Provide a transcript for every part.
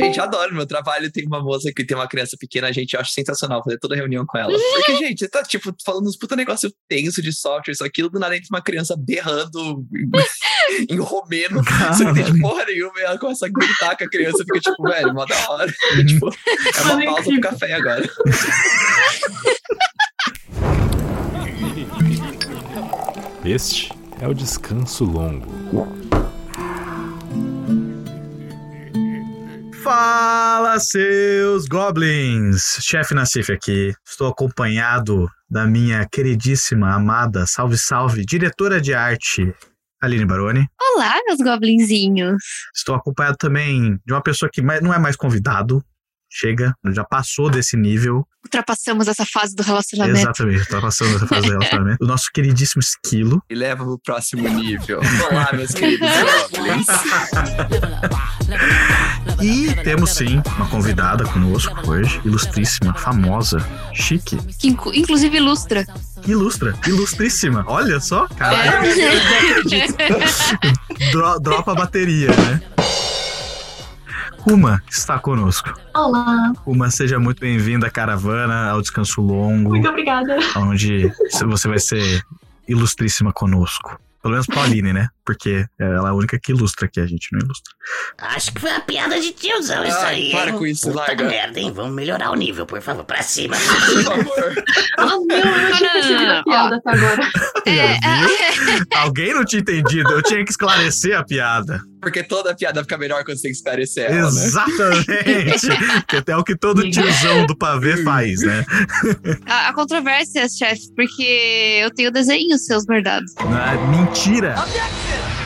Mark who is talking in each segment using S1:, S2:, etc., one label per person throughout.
S1: Gente, adoro meu trabalho. Tem uma moça que tem uma criança pequena, a gente acha sensacional fazer toda a reunião com ela. Porque, gente, tá tipo falando uns puta negócio tenso de software, isso aquilo, do nada entra uma criança berrando em, em romeno. Você não entende porra nenhuma, e ela começa a gritar com a criança, fica tipo, velho, mó da hora. tipo, é uma pausa pro café agora.
S2: Este é o descanso longo.
S3: Fala, seus goblins! Chefe Nassif aqui. Estou acompanhado da minha queridíssima, amada, salve salve, diretora de arte, Aline Baroni.
S4: Olá, meus goblinzinhos.
S3: Estou acompanhado também de uma pessoa que mais- não é mais convidado. Chega, já passou desse nível.
S4: Ultrapassamos essa fase do relacionamento.
S3: Exatamente, está passando essa fase do relacionamento. O nosso queridíssimo Esquilo.
S1: E leva pro próximo nível. Olá, meus queridos goblins.
S3: E temos sim uma convidada conosco hoje, ilustríssima, famosa, chique,
S4: Que inclu- inclusive ilustra. É,
S3: que ilustra, ilustríssima. Olha só, cara, dro- dropa a bateria, né? Kuma está conosco.
S5: Olá,
S3: Kuma, seja muito bem-vinda à caravana, ao descanso longo,
S5: muito obrigada.
S3: onde você vai ser ilustríssima conosco. Pelo menos pra Aline, né? Porque ela é a única que ilustra aqui, a gente não ilustra.
S6: Acho que foi uma piada de tiozão isso
S1: Ai,
S6: aí.
S1: para
S6: hein?
S1: com isso,
S6: Puta
S1: larga.
S6: merda, hein? Vamos melhorar o nível, por favor, pra cima.
S1: Por favor.
S5: Ah, meu, eu não tinha percebido a piada até agora.
S4: É,
S3: Alguém não tinha entendido, eu tinha que esclarecer a piada.
S1: Porque toda piada fica melhor quando você tem que esclarecer ela, né?
S3: Exatamente! que até o que todo tiozão do pavê faz, né?
S4: a, a controvérsia, chefe, porque eu tenho desenhos seus guardados.
S3: Na- é? mentira!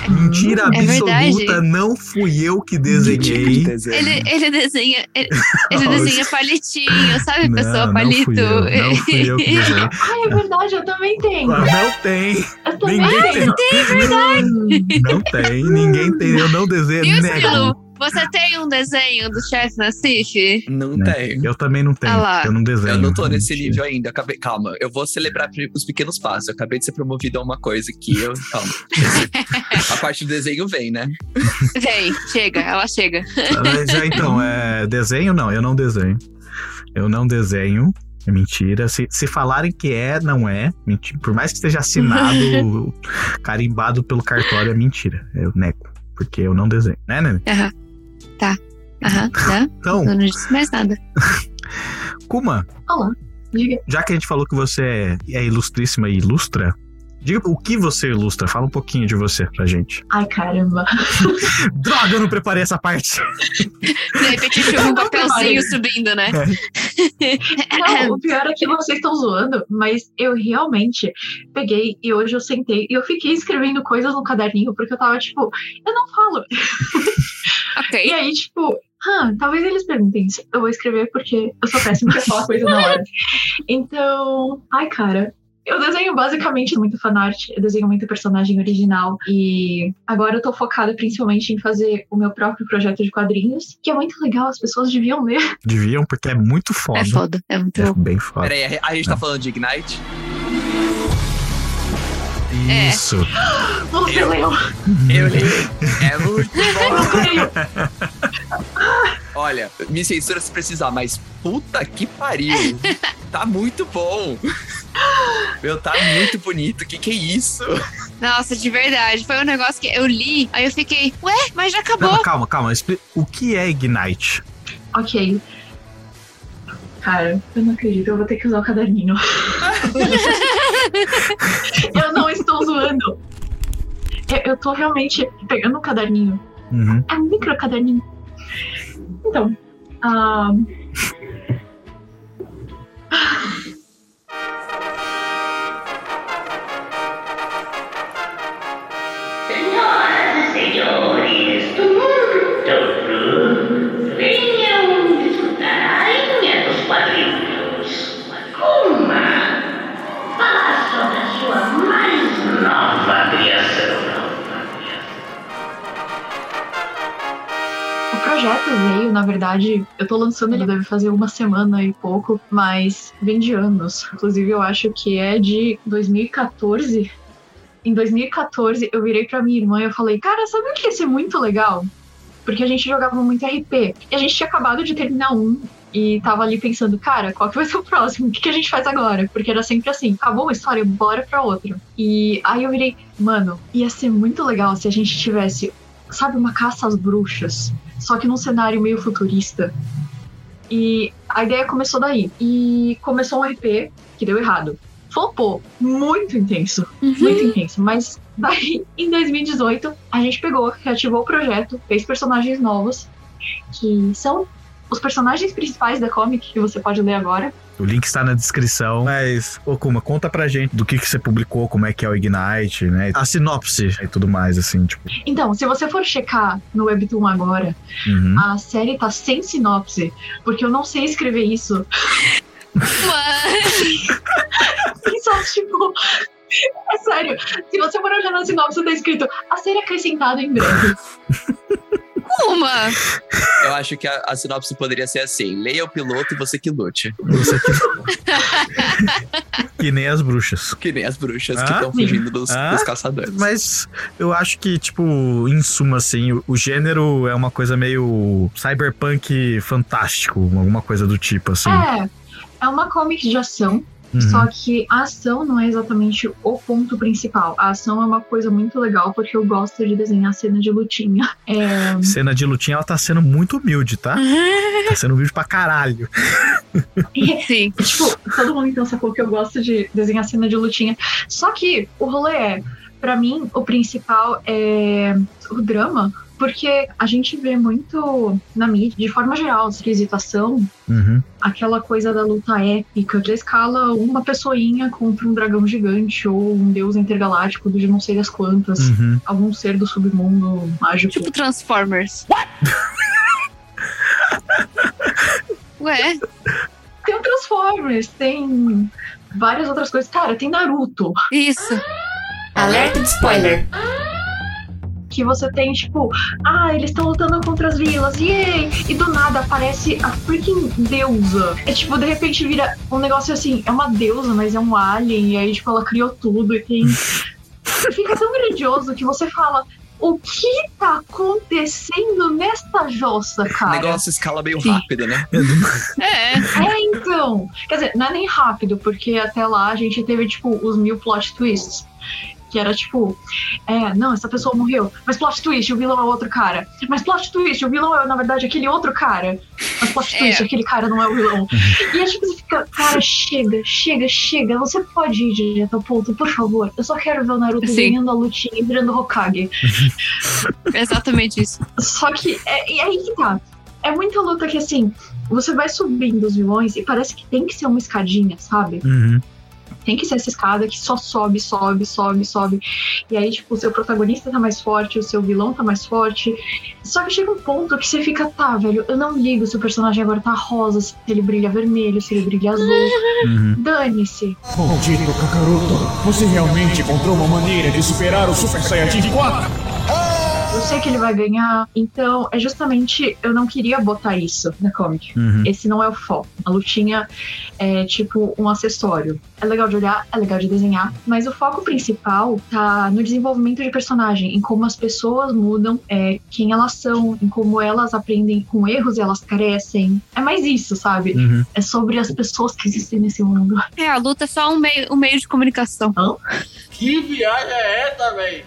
S3: Mentira
S4: É
S3: absoluta,
S4: verdade.
S3: não fui eu que
S1: Que tipo de
S3: desenhei.
S1: desenho.
S4: Ele, ele desenha. Ele, ele
S3: Nossa.
S4: desenha palitinho, sabe, pessoa?
S3: Não, não
S4: Palito.
S3: fui eu, não fui eu que desenhei.
S5: Ah, é verdade, eu também tenho.
S3: Mas Não tem,
S5: Eu também
S3: ninguém
S5: tenho.
S3: tem.
S4: é
S3: Não tem, ninguém tem, eu não
S4: E o
S3: desenho, nego.
S4: estilo? Você tem um desenho do chefe na CIF?
S1: Não
S3: Né?
S1: tem.
S3: Eu também não tenho,
S4: Ah lá.
S3: eu não desenho.
S1: Eu não tô nesse
S3: Mentira.
S1: nível ainda. Acabei, calma, eu vou celebrar
S3: É.
S1: pri- os pequenos passos. Eu acabei de ser promovido a uma coisa que eu. Calma. a parte do desenho vem, né?
S4: Vem, chega, ela chega.
S3: Mas, é, então, é, desenho não, eu não desenho. Eu não desenho. É mentira. Se, se falarem que é, não é. Mentira. Por mais que esteja assinado, carimbado pelo cartório, é mentira. Eu nego. Porque eu não desenho, né, Nenê?
S4: Aham, né?
S3: Então,
S4: Eu não disse mais nada.
S3: Kuma,
S5: Diga.
S3: já que a gente falou que você é ilustríssima e ilustra, diga o que você ilustra. Fala um pouquinho de você pra gente.
S5: Ai, caramba.
S3: Droga, eu não preparei essa parte.
S4: De repente eu chego um papelzinho subindo, né?
S5: Não, o pior é que vocês estão zoando, mas eu realmente peguei e hoje eu sentei e eu fiquei escrevendo coisas no caderninho porque eu tava tipo, eu não falo. E
S4: Ok.
S5: aí, tipo, ah, talvez eles perguntem isso. Eu vou escrever porque eu sou péssima pra falar coisa na hora. Então, ai, cara. Eu desenho basicamente muito fanart, eu desenho muito personagem original e agora eu tô focada principalmente em fazer o meu próprio projeto de quadrinhos, que é muito legal, as pessoas deviam ler.
S3: Deviam, porque é muito foda.
S4: É foda, é muito
S3: É
S4: bom.
S3: bem foda.
S1: Peraí, a, a gente tá falando de Ignite?
S4: É.
S3: Isso.
S5: Você
S1: Eu-
S5: leu,
S3: Uhum.
S1: Eu li. É muito bom.
S5: eu leio.
S1: Olha, me censura se precisar, mas puta que pariu. Tá muito bom. Meu, tá muito bonito. Que que é isso?
S4: Nossa, de verdade. Foi um negócio que eu li, aí eu fiquei, ué, mas já
S3: Não,
S4: acabou.
S3: mas calma, calma. expli- O que é Ignite?
S5: Ok. Cara, eu não acredito, eu vou ter que usar o caderninho. eu não estou zoando. Eu, eu tô realmente pegando o caderninho.
S3: Uhum.
S5: É um micro caderninho. Então. ah,
S6: Senhoras e senhores do mundo todo, venham escutar a rainha dos quadrinhos. Uma fala sobre a sua mais nova criação.
S5: o projeto veio, na verdade, eu tô lançando ele deve fazer uma semana e pouco, mas vem de anos. Inclusive, eu acho que é de 2014. Em 2014, eu virei pra minha irmã e eu falei, cara, sabe o que ia ser muito legal? Porque a gente jogava muito RP. E a gente tinha acabado de terminar um. E tava ali pensando, cara, qual que vai ser o próximo? O que, que a gente faz agora? Porque era sempre assim, acabou uma história, bora pra outra. E aí eu virei, mano, ia ser muito legal se a gente tivesse, sabe, uma caça às bruxas. Só que num cenário meio futurista. E a ideia começou daí. E começou um RP que deu errado. Flopou. Muito intenso muito intenso. Mas daí, em 2018, a gente pegou, reativou o projeto, fez personagens novos, que são os personagens principais da comic, que você pode ler agora.
S3: O link está na descrição. Mas, Okuma, conta pra gente do que, que você publicou, como é que é o Ignite, né? A sinopse e tudo mais, assim, tipo.
S5: Então, se você for checar no Webtoon agora,
S3: Uhum.
S5: a série tá sem sinopse, porque eu não sei escrever isso. Só, tipo. É sério, se você for olhar na sinopse, tá escrito a série acrescentada em breve.
S4: Uma!
S1: Eu acho que a, a sinopse poderia ser assim: leia o piloto e você que lute.
S3: Você que... que nem as bruxas.
S1: Que nem as bruxas que
S3: Ah?
S1: estão fugindo dos,
S3: Ah?
S1: dos caçadores.
S3: Mas eu acho que, tipo, em suma, assim, o, o gênero é uma coisa meio cyberpunk fantástico, alguma coisa do tipo, assim.
S5: É, é uma comic de ação,
S3: Uhum.
S5: Só que a ação não é exatamente o ponto principal. A ação é uma coisa muito legal, porque eu gosto de desenhar cena de lutinha. É,
S3: Cena de lutinha, ela tá sendo muito humilde, tá? Tá sendo humilde pra caralho.
S4: Sim.
S5: tipo, todo mundo então sacou que eu gosto de desenhar cena de lutinha. Só que o rolê é, pra mim, o principal é o drama. Porque a gente vê muito na mídia, de forma geral, esquisitação,
S3: Uhum.
S5: aquela coisa da luta épica, que escala uma pessoinha contra um dragão gigante ou um deus intergaláctico de não sei das quantas.
S3: Uhum.
S5: algum ser do submundo mágico.
S4: Tipo Transformers. Ué,
S5: tem o Transformers, tem várias outras coisas. Cara, tem Naruto,
S4: isso.
S7: Alerta de spoiler.
S5: que você tem, tipo, ah, eles estão lutando contra as vilas, yay! E do nada aparece a freaking deusa. É tipo, de repente vira um negócio assim, é uma deusa, mas é um alien, e aí, tipo, ela criou tudo e tem. Fica tão grandioso que você fala. O que tá acontecendo nesta jossa,
S1: o
S5: cara?
S1: negócio escala meio
S5: Sim.
S1: rápido, né?
S4: É.
S5: É, então. Quer dizer, não é nem rápido, porque até lá a gente teve, tipo, os mil plot twists. Que era tipo, é, não, essa pessoa morreu. Mas plot twist, o vilão é outro cara. Mas plot twist, o vilão é, na verdade, aquele outro cara. Mas plot
S4: É.
S5: twist, aquele cara não é o vilão. E é tipo, você fica, cara, chega, chega, chega. Você pode ir direto ao ponto, por favor. Eu só quero ver o Naruto
S4: Sim.
S5: ganhando a lutinha e virando Hokage.
S4: É exatamente isso.
S5: Só que é, e aí que tá. É muita luta que assim, você vai subindo os vilões e parece que tem que ser uma escadinha, sabe?
S3: Uhum.
S5: Tem que ser essa escada que só sobe, sobe, sobe, sobe. E aí, tipo, o seu protagonista tá mais forte, o seu vilão tá mais forte. Só que chega um ponto que você fica, tá, velho, eu não ligo se o personagem agora tá rosa, se ele brilha vermelho, se ele brilha azul.
S3: Uhum.
S5: Dane-se.
S8: Maldito Kakaroto, você realmente encontrou uma maneira de superar o Super Saiyajin 4?
S5: Eu sei que ele vai ganhar. Então, é justamente, eu não queria botar isso na comic.
S3: Uhum.
S5: Esse não é o foco. A lutinha é tipo um acessório. É legal de olhar, é legal de desenhar, mas o foco principal tá no desenvolvimento de personagem, em como as pessoas mudam, é, quem elas são, em como elas aprendem com erros e elas crescem. É mais isso, sabe?
S3: Uhum.
S5: É sobre as pessoas que existem nesse mundo.
S4: É, a luta é só um meio, um meio de comunicação.
S8: Que viagem é essa, véi?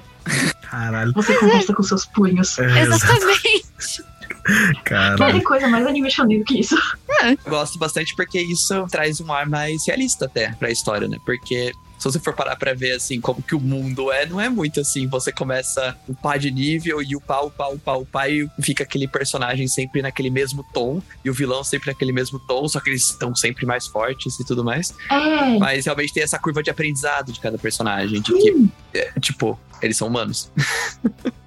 S3: Caralho.
S5: Você conversa com seus punhos.
S4: É Exatamente.
S5: Não
S3: Caralho.
S5: tem coisa mais anime shonen do que isso.
S1: Eu gosto bastante porque isso traz um ar mais realista até pra história, né? Porque se você for parar pra ver, assim, como que o mundo é, não é muito assim. Você começa a upar de nível e upar, upar, upar, upar e fica aquele personagem sempre naquele mesmo tom e o vilão sempre naquele mesmo tom, só que eles estão sempre mais fortes e tudo mais.
S5: É.
S1: Mas realmente tem essa curva de aprendizado de cada personagem, de que,
S5: Sim.
S1: é, tipo, eles são humanos.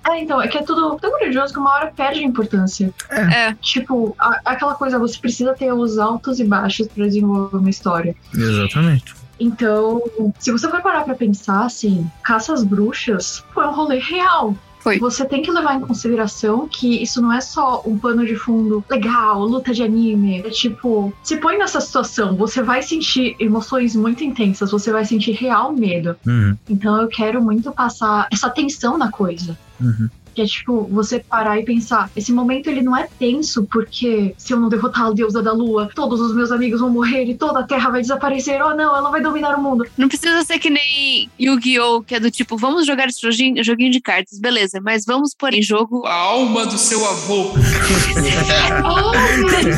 S5: É, então, é que é tudo tão grandioso que uma hora perde a importância.
S4: É. É.
S5: Tipo, a- aquela coisa, você precisa ter os altos e baixos pra desenvolver uma história.
S3: Exatamente.
S5: Então, se você for parar pra pensar, assim, caça às bruxas foi um rolê real.
S4: Foi.
S5: Você tem que levar em consideração que isso não é só um pano de fundo legal, luta de anime. É tipo, se põe nessa situação, você vai sentir emoções muito intensas, você vai sentir real medo.
S3: Uhum.
S5: Então eu quero muito passar essa tensão na coisa.
S3: Uhum.
S5: Que é tipo, você parar e pensar, esse momento ele não é tenso porque se eu não derrotar a deusa da lua, todos os meus amigos vão morrer e toda a terra vai desaparecer. Oh não, ela vai dominar o mundo.
S4: Não precisa ser que nem Yu-Gi-Oh! que é do tipo, vamos jogar esse joguinho, joguinho de cartas, beleza, mas vamos pôr em jogo. É,
S9: A alma do seu avô.
S5: Oh, meu Deus.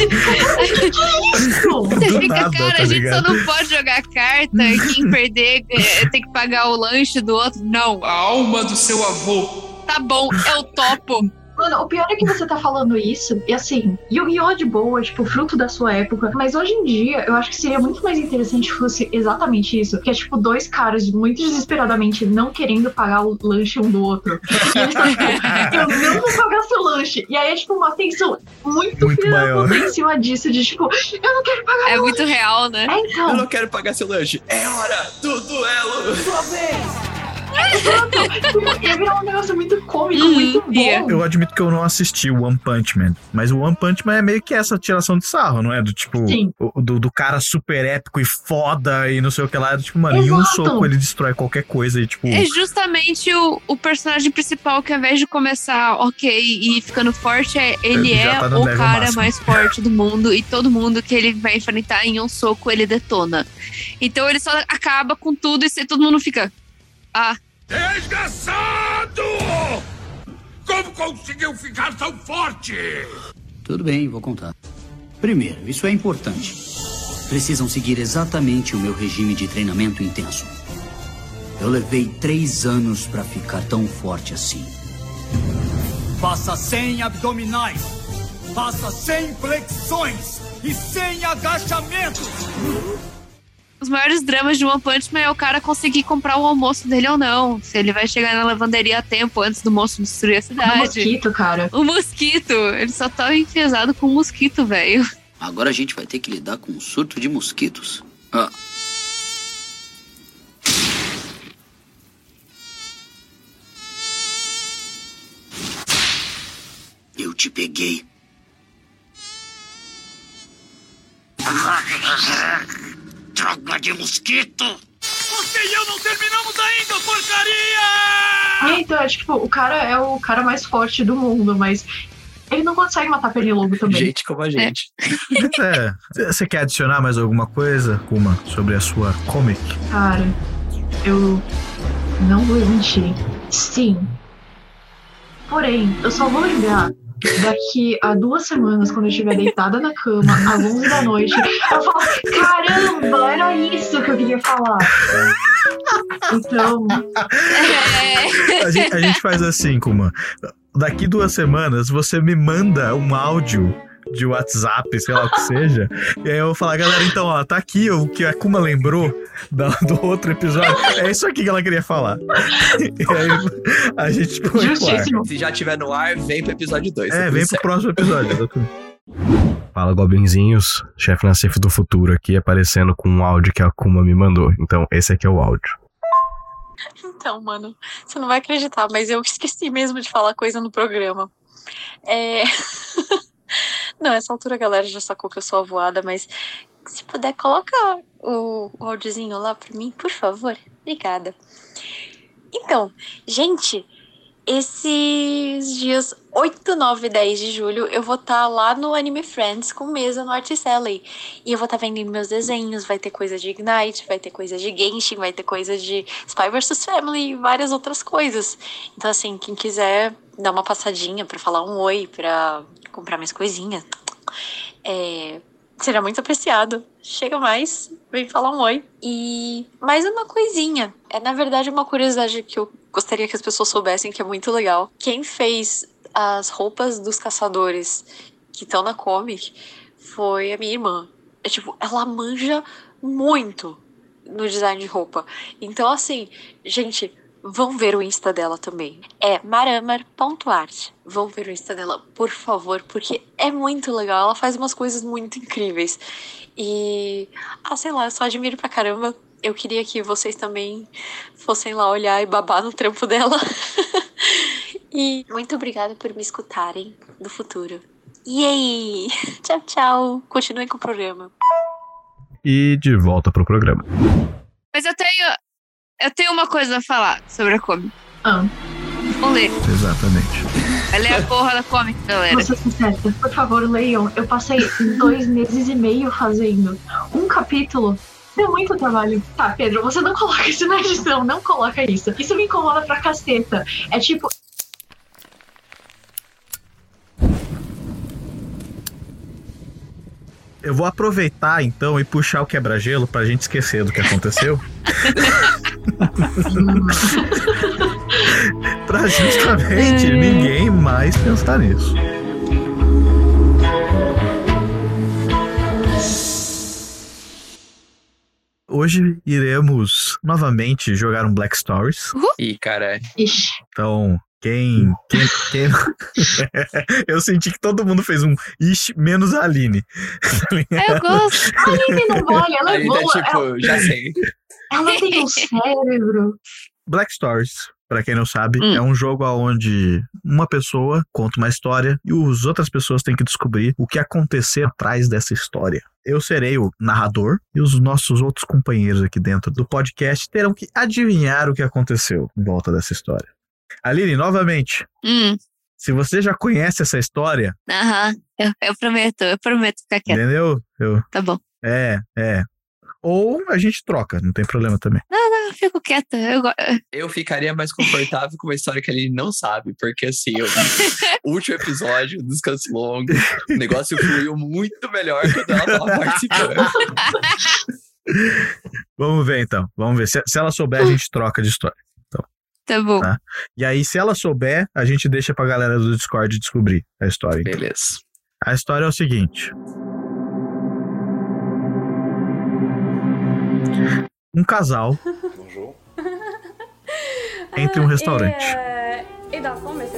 S4: Você
S3: Do
S4: fica,
S3: nada,
S4: cara,
S3: tá
S4: a gente só
S3: ligado?
S4: não pode jogar carta, quem perder eh, tem que pagar o lanche do outro. Não,
S9: A alma do seu avô.
S4: tá bom, eu topo.
S5: Mano, o pior é que você tá falando isso, e assim, Yu-Gi-Oh! de boa, tipo, fruto da sua época, mas hoje em dia eu acho que seria muito mais interessante se fosse exatamente isso, que é tipo, dois caras muito desesperadamente não querendo pagar o lanche um do outro. E eles tão, tipo, eu não vou pagar seu lanche. E aí é tipo uma tensão muito,
S3: Muito
S5: muito
S3: maior.
S5: em cima disso, de tipo, eu não quero pagar.
S4: É muito real, né?
S5: É,
S1: Eu
S5: então,
S1: não quero pagar seu lanche. É hora do duelo.
S5: exato. Ia virar um negócio muito cômico,
S4: Uhum,
S5: muito bom.
S4: ia.
S3: Eu admito que eu não assisti o One Punch Man, mas o One Punch Man é meio que essa tiração de sarro, não é? Do tipo,
S5: Sim.
S3: o- do, do cara super épico e foda e não sei o que lá. Tipo, mano, em um
S5: Exato.
S3: soco ele destrói qualquer coisa e tipo.
S4: É justamente o, o personagem principal que, ao invés de começar ok e ficando forte, é- ele
S3: Ele já
S4: é
S3: tá no
S4: o
S3: level
S4: cara
S3: máximo.
S4: mais forte do mundo e todo mundo que ele vai enfrentar em um soco ele detona. Então ele só acaba com tudo e se- todo mundo fica. Ah,
S9: Desgraçado! Como conseguiu ficar tão forte?
S10: Tudo bem, vou contar. Primeiro, isso é importante. Precisam seguir exatamente o meu regime de treinamento intenso. Eu levei três anos pra ficar tão forte assim. Faça 100 abdominais, faça 100 flexões e 100 agachamentos.
S4: os maiores dramas de One Punch Man é o cara conseguir comprar o almoço dele ou não. Se ele vai chegar na lavanderia a tempo antes do moço destruir a
S5: Um
S4: cidade.
S5: mosquito, cara.
S4: O mosquito, ele só tá enfesado com o mosquito, velho.
S10: Agora a gente vai ter que lidar com um surto de mosquitos. Ah. Eu te peguei. Droga de mosquito!
S9: Você e eu não terminamos ainda, porcaria!
S5: É, então, é tipo, o cara é o cara mais forte do mundo, mas ele não consegue matar pernilongo também.
S1: Gente como a gente.
S3: é. Você quer adicionar mais alguma coisa, Kuma, sobre a sua comic?
S5: Cara, eu não vou mentir. Sim. Porém, eu só vou lembrar daqui a duas semanas, quando eu estiver deitada na cama, às 11 da noite, eu falo: caramba, era isso que eu queria falar. Então,
S4: É.
S3: A gente, a gente faz assim, Kuma. Daqui duas semanas você me manda um áudio de WhatsApp, sei lá o que seja. E aí eu vou falar, galera, então, ó, tá aqui o que a Kuma lembrou da- do outro episódio. É isso aqui que ela queria falar. E aí a gente põe pro ar.
S5: justíssimo.
S1: Se já tiver no ar, vem pro episódio 2.
S3: É, vem pro próximo episódio. exatamente.
S2: Fala, gobinzinhos. Chefe Nassif do Futuro aqui aparecendo com um áudio que a Kuma me mandou. Então, esse aqui é o áudio.
S11: Então, mano, você não vai acreditar, mas eu esqueci mesmo de falar coisa no programa. É. não, essa altura a galera já sacou que eu sou avoada, mas se puder, coloca o, o áudiozinho lá pra mim, por favor. Obrigada. Então, gente, esses dias 8, 9 e 10 de julho eu vou estar lá no Anime Friends com mesa no Artist Alley. E eu vou estar vendendo meus desenhos, vai ter coisa de Ignite, vai ter coisa de Genshin, vai ter coisa de Spy vs Family e várias outras coisas. Então, assim, quem quiser dar uma passadinha pra falar um oi, pra comprar minhas coisinhas, é, será muito apreciado. Chega mais, vem falar um oi. E mais uma coisinha. É, na verdade, uma curiosidade que eu gostaria que as pessoas soubessem, que é muito legal. Quem fez as roupas dos caçadores que estão na comic foi a minha irmã. É tipo, ela manja muito no design de roupa. Então, assim, gente, vão ver o Insta dela também. É maramar.art. Vão ver o Insta dela, por favor, porque é muito legal. Ela faz umas coisas muito incríveis. E, ah, sei lá, eu só admiro pra caramba. Eu queria que vocês também fossem lá olhar e babar no trampo dela. e muito obrigada por me escutarem do futuro. E aí? Tchau, tchau. Continuem com o programa.
S2: E de volta pro programa.
S4: Mas eu tenho. Eu tenho uma coisa a falar sobre a Komi.
S5: Ah.
S4: Vou ler.
S3: Exatamente.
S4: Ela é a porra da comic, galera.
S5: Vou ser sincera, tá por favor, leiam. Eu passei dois meses e meio fazendo um capítulo. Deu muito trabalho. Tá, Pedro, você não coloca isso na edição, não coloca isso. Isso me incomoda pra caceta. É tipo,
S3: Eu vou aproveitar então e puxar o quebra-gelo pra gente esquecer do que aconteceu. pra justamente ninguém mais pensar nisso. Hoje iremos novamente jogar um Black Stories.
S1: Ih, caralho.
S5: Ixi.
S3: Então, quem. quem, quem... eu senti que todo mundo fez um ixi, menos a Aline.
S4: Eu gosto.
S5: a Aline não vale, ela é
S1: Ainda,
S5: boa.
S1: tipo, já sei.
S5: Ela, ela tem um cérebro.
S3: Black Stories. Pra quem não sabe,
S4: Hum.
S3: é um jogo onde uma pessoa conta uma história e as outras pessoas têm que descobrir o que aconteceu atrás dessa história. Eu serei o narrador e os nossos outros companheiros aqui dentro do podcast terão que adivinhar o que aconteceu em volta dessa história. Aline, novamente,
S4: Hum,
S3: Se você já conhece essa história,
S4: aham. Eu, eu prometo, eu prometo ficar quieta.
S3: entendeu? Eu-
S4: Tá bom.
S3: é, é. Ou a gente troca, não tem problema também.
S4: Eu fico quieta. Eu go-
S1: Eu ficaria mais confortável com uma história que ele não sabe, porque assim, eu- o último episódio, o descanso longo, o negócio fluiu muito melhor quando ela tava participando.
S3: Vamos ver então. Vamos ver. Se, se ela souber, a gente troca de história.
S4: Tá bom.
S3: Tá. E aí, se ela souber, a gente deixa pra galera do Discord descobrir a história. então.
S1: Beleza.
S3: A história é o seguinte. Um casal entre um restaurante.
S11: é.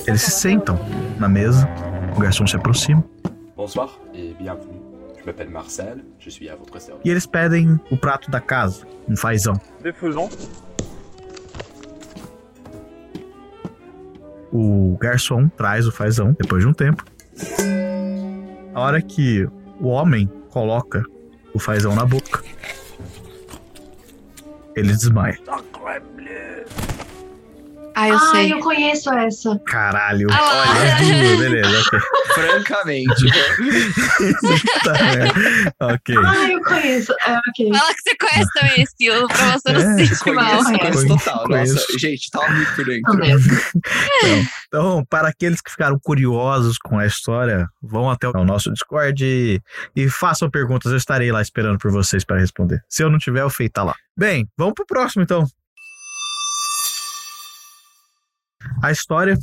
S3: Eles se sentam na mesa, o garçom se aproxima
S12: Bonsoir et bienvenue. Je m'appelle Marcel, je suis à votre service.
S3: e eles pedem o prato da casa, um fazão.
S9: Des faisans.
S3: O garçom traz o fazão depois de um tempo. A hora que o homem coloca o fazão na boca, ele desmaia.
S4: Ah, eu
S5: Ai,
S4: sei.
S5: eu conheço essa.
S3: Caralho.
S4: Ah lá.
S3: Olha, beleza, ok.
S1: Francamente,
S3: Tá, é. ok.
S5: Ai, eu conheço. É, ok.
S4: Fala que você conhece também esse skill, pra você não
S3: É,
S4: se sentir mal.
S1: conheço, conheço total.
S3: Conheço.
S1: Nossa, gente, tava muito por
S5: Não
S1: dentro.
S5: lembro.
S3: Então, para aqueles que ficaram curiosos com a história, vão até o nosso Discord e, e façam perguntas. Eu estarei lá esperando por vocês para responder. Se eu não tiver, o Fei tá lá. Bem, vamos pro próximo então. A história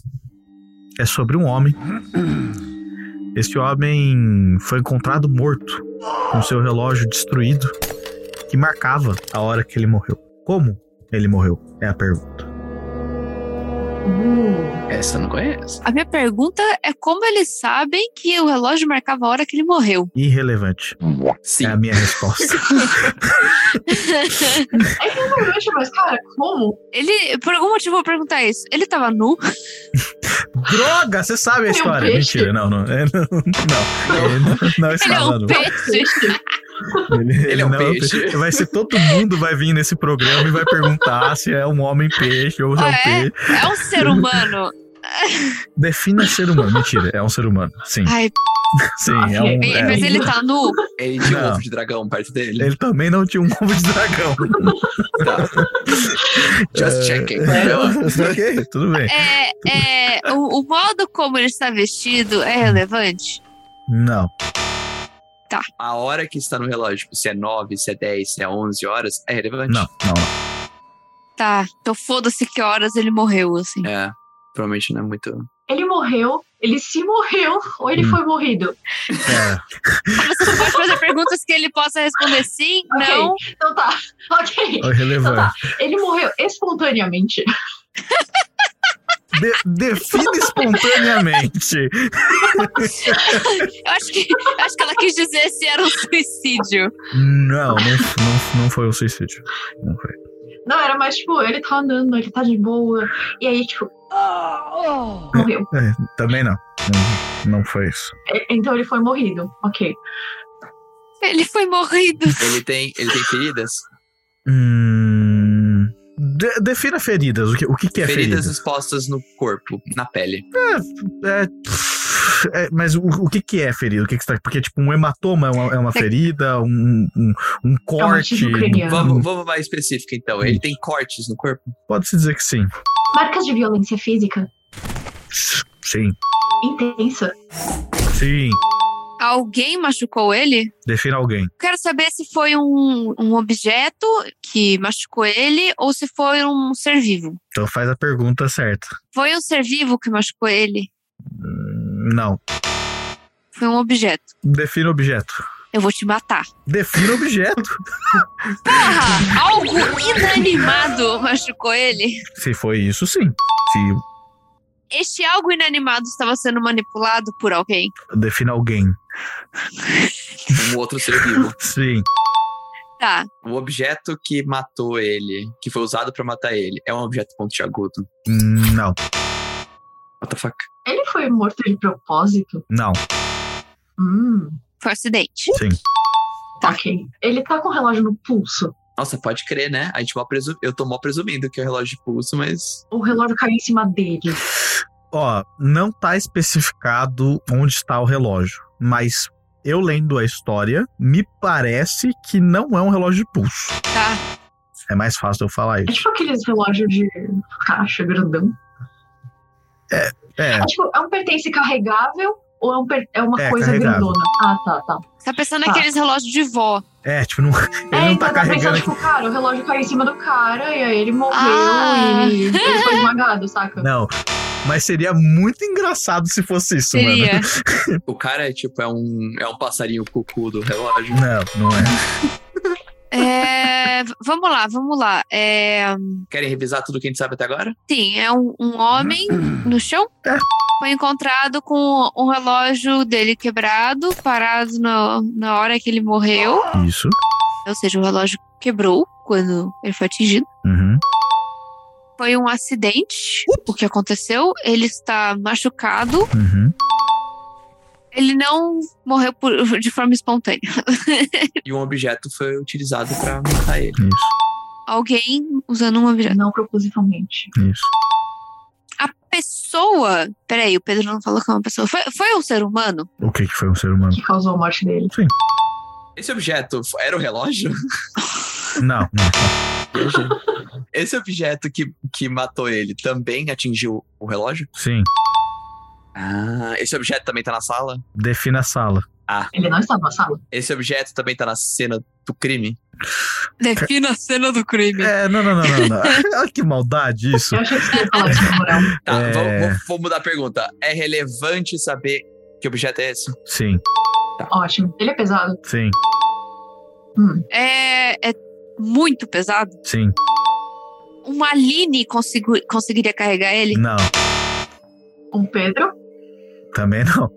S3: é sobre um homem. Esse homem foi encontrado morto, com seu relógio destruído, que marcava a hora que ele morreu. Como ele morreu? É a pergunta.
S1: Essa eu não conheço.
S4: A minha pergunta é como eles sabem que o relógio marcava a hora que ele morreu.
S3: Irrelevante.
S1: Sim.
S3: É a minha resposta.
S5: É que eu não vejo, mas, cara, como?
S4: ele, por algum motivo, eu vou perguntar isso. Ele tava nu?
S3: Droga, você sabe a
S5: É um
S3: história.
S5: peixe?
S3: Mentira, não, não. É, não, não. Ele não, não
S4: Ele é
S3: estava
S4: um
S3: nu.
S4: peixe.
S3: Ele, ele
S1: é um
S3: não é um
S1: peixe.
S3: peixe. Vai ser todo mundo vai vir nesse programa e vai perguntar se é um homem peixe ou se é um
S4: Ah, é?
S3: peixe.
S4: É um ser humano.
S3: Defina ser humano. Mentira, é um ser humano. Sim,
S4: Ai,
S3: sim, é um.
S4: bem,
S3: é.
S4: Ah, mas ele tá nu?
S1: Ele tinha um
S3: Não.
S1: ovo de dragão perto dele.
S3: Ele também não tinha um ovo de dragão. É,
S1: Tá. Just checking.
S3: ok, tudo bem.
S4: É, é, o, o modo como ele está vestido é relevante?
S3: Não,
S1: A hora que está no relógio, tipo, se é 9, se é 10, se é 11 horas, é relevante?
S3: não, não. não.
S4: Tá, então foda-se que horas ele morreu, assim.
S1: É, provavelmente não é muito...
S5: Ele morreu, ele se morreu ou ele
S3: Hum.
S5: foi morrido?
S3: É,
S4: Você só pode fazer perguntas que ele possa responder sim,
S5: Ok.
S4: não.
S5: Então tá, ok.
S3: é relevante.
S5: Ele morreu espontaneamente.
S4: Então tá.
S3: De- defina espontaneamente.
S4: Eu acho que, eu acho que ela quis dizer se era um suicídio.
S3: Não, não, não, não foi um suicídio. Não foi.
S5: Não, era mais tipo, ele tá andando, ele tá de boa. E aí, tipo, morreu.
S3: Também não. Não, não foi isso.
S5: E- Então ele foi morrido, ok.
S4: Ele foi morrido.
S1: Ele tem, ele tem feridas?
S3: Hum, de- defina feridas. O que, o que, que é
S1: Feridas
S3: ferida?
S1: expostas no corpo, na pele.
S3: É, é, mas o, o que, que é ferida? O que que está- porque, tipo, um hematoma é uma, é uma ferida, um, um, um corte.
S5: É.
S3: um-
S1: Vamos, vamos mais específico, então. Ele tem cortes no corpo?
S3: Pode-se dizer que sim.
S5: Marcas de violência física
S3: Sim.
S5: intensa.
S3: Sim.
S4: Alguém machucou ele?
S3: Defina alguém.
S4: Quero saber se foi um, um objeto que machucou ele ou se foi um ser vivo.
S3: Então faz a pergunta certa.
S4: Foi um ser vivo que machucou ele?
S3: Hum, Não.
S4: Foi um objeto.
S3: Defina objeto.
S4: Eu vou te matar.
S3: Defina objeto.
S4: Porra! Algo inanimado machucou ele?
S3: Se foi isso, sim. Se
S4: Este algo inanimado estava sendo manipulado por alguém?
S3: defina alguém.
S1: Um outro ser vivo.
S3: Sim.
S4: Tá.
S1: O objeto que matou ele, que foi usado pra matar ele, é um objeto pontiagudo.
S3: Hum, Não.
S1: What the fuck?
S5: Ele foi morto de propósito?
S3: Não.
S5: Hum.
S4: Foi um acidente.
S3: Sim.
S5: Ok. Ele tá com o relógio no pulso.
S1: Nossa, pode crer, né? A gente mal presu... Eu tô mal presumindo que é o relógio de pulso, mas.
S5: O relógio caiu em cima dele.
S3: Ó, não tá especificado onde está o relógio, mas eu lendo a história, me parece que não é um relógio de pulso.
S4: Tá.
S3: É mais fácil eu falar
S5: É
S3: isso.
S5: tipo aqueles relógios de caixa grandão.
S3: É,
S5: É, tipo, é um pertence carregável ou é, um per- é uma
S3: É,
S5: coisa
S3: carregável.
S5: grandona? Ah, tá, tá.
S4: Você tá pensando naqueles relógios de vó.
S3: é tipo, não, ele
S5: é,
S3: não
S5: então
S3: tá
S5: dá pra pensar,
S3: carregando aqui.
S5: tipo, cara, o relógio caiu em cima do cara e aí ele morreu
S4: Ah.
S5: e ele foi esmagado, saca?
S3: Não. Mas seria muito engraçado se fosse isso,
S4: Seria.
S3: mano.
S1: O cara é tipo, é um, é um passarinho cucu do relógio.
S3: Não, não é.
S4: É, v- vamos lá, vamos lá. É,
S1: Querem revisar tudo que a gente sabe até agora?
S4: sim, é um, um homem no chão.
S3: É.
S4: Foi encontrado com um relógio dele quebrado, parado na, na hora que ele morreu.
S3: é. Isso.
S4: Ou seja, o relógio quebrou quando ele foi atingido.
S3: Uhum.
S4: Foi um acidente o que aconteceu. Ele está machucado.
S3: Uhum.
S4: Ele não morreu por- de forma espontânea.
S1: E um objeto foi utilizado pra matar ele.
S3: Isso.
S4: Alguém usando um objeto.
S5: Não propositalmente.
S3: Isso.
S4: A pessoa. Peraí, o Pedro não falou que é uma pessoa. Foi, foi um ser humano?
S3: O que que foi um ser humano?
S5: Que causou a morte dele.
S1: Esse objeto era o relógio?
S3: Não, não.
S1: Esse objeto que, que matou ele também atingiu o relógio?
S3: Sim.
S1: Ah, esse objeto também tá na sala?
S3: Defina a sala.
S5: Ele não estava na sala.
S1: Esse objeto também tá na cena do crime?
S4: Defina a cena do crime.
S3: É, não, não, não, não. não. Olha que maldade isso.
S5: Eu achei que você ia falar isso, na moral.
S1: Tá,
S3: É.
S1: vou, vou- vou mudar a pergunta. É relevante saber que objeto é esse?
S3: Sim,
S5: Ótimo. Ele é pesado.
S3: sim,
S4: É, é muito pesado.
S3: sim.
S4: Uma Um Aline consigo- conseguiria carregar ele?
S3: Não,
S5: Um Pedro?
S3: também não.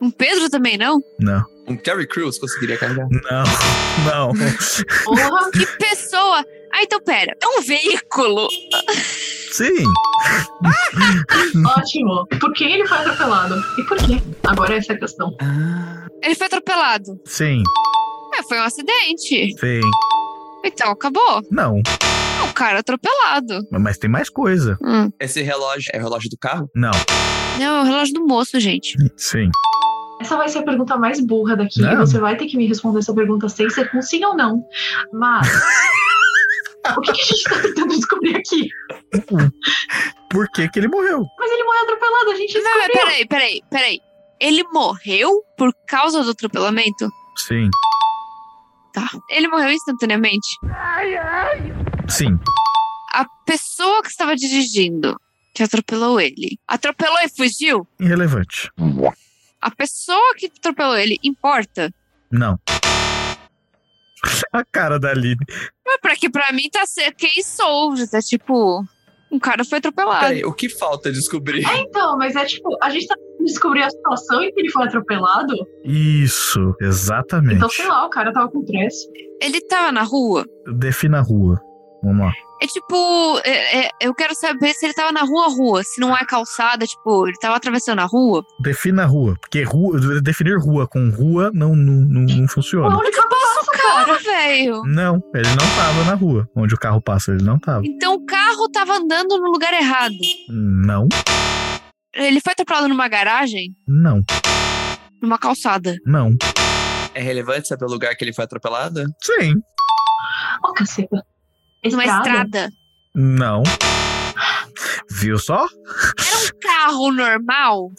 S4: Um Pedro também não?
S3: Não,
S1: Um Terry Crews conseguiria carregar?
S3: não, não.
S5: Porra.
S4: Que pessoa? Ah, então pera. É um veículo.
S3: Sim,
S5: Ótimo. Por que ele foi atropelado? E por quê? Agora essa é a questão.
S1: Ah.
S4: Ele foi atropelado.
S3: sim,
S4: É, foi um acidente.
S3: sim.
S4: Então acabou.
S3: Não,
S4: É um cara atropelado.
S3: mas tem mais coisa.
S4: Hum.
S1: Esse relógio é o relógio do carro?
S3: Não,
S4: Não, é o relógio do moço, gente.
S3: Hum. sim.
S5: Essa vai ser a pergunta mais burra daqui.
S3: Não.
S5: E você vai ter que me responder essa pergunta sem ser com sim ou não. Mas. o que, que a gente tá tentando descobrir aqui?
S3: Por que que ele morreu?
S5: Mas ele morreu atropelado, a gente
S4: Não, mas
S5: descobriu.
S4: peraí, peraí, peraí. Ele morreu por causa do atropelamento?
S3: Sim,
S4: Tá. Ele morreu instantaneamente?
S3: sim,
S4: A pessoa que estava dirigindo, que atropelou ele, atropelou e fugiu?
S3: irrelevante.
S4: A pessoa que atropelou ele importa?
S3: Não. A cara da Aline.
S4: Mas pra que pra mim tá ser quem sou, tá tipo. Um cara foi atropelado.
S1: Peraí, o que falta descobrir?
S5: É, então, mas é tipo, a gente tá tentando descobrir a situação em que ele foi atropelado.
S3: Isso,
S5: Então,
S3: exatamente.
S5: sei lá, o cara tava com pressa.
S4: Ele tava na rua?
S3: Defina a rua. Vamos lá.
S4: É tipo, é- é- eu quero saber se ele tava na rua, rua. Se não é calçada, tipo, ele tava atravessando a rua.
S3: Defina a rua. Porque rua, definir rua com rua não, não, não, não
S5: A
S3: funciona.
S5: única
S4: Passa um carro, velho.
S3: Não, ele não tava na rua onde o carro passa, ele não tava.
S4: Então o carro tava andando no lugar errado.
S3: Não,
S4: Ele foi atropelado numa garagem,
S3: não,
S4: numa calçada.
S3: não.
S1: É relevante saber o lugar que ele foi atropelado?
S3: Sim.
S5: Ô, caceta.
S4: Numa É estrada.
S3: Não. Viu só?
S4: Um carro normal.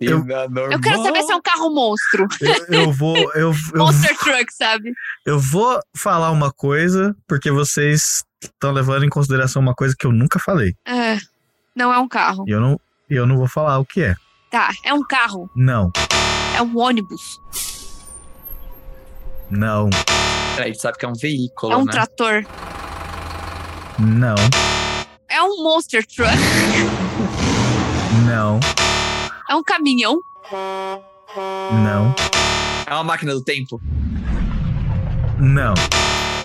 S3: Eu,
S4: Eu quero saber se é um carro monstro.
S3: eu vou. Eu, eu,
S4: Monster truck, sabe?
S3: eu vou falar uma coisa, porque vocês estão levando em consideração uma coisa que eu nunca falei.
S4: É, não é um carro.
S3: E eu não, e eu não vou falar o que é.
S4: Tá, é um carro.
S3: Não,
S4: É um ônibus.
S3: não,
S1: A gente sabe que é um veículo,
S4: É um
S1: né?
S4: trator.
S3: não,
S4: É um monster truck.
S3: não,
S4: É um caminhão.
S3: não,
S1: É uma máquina do tempo.
S3: não.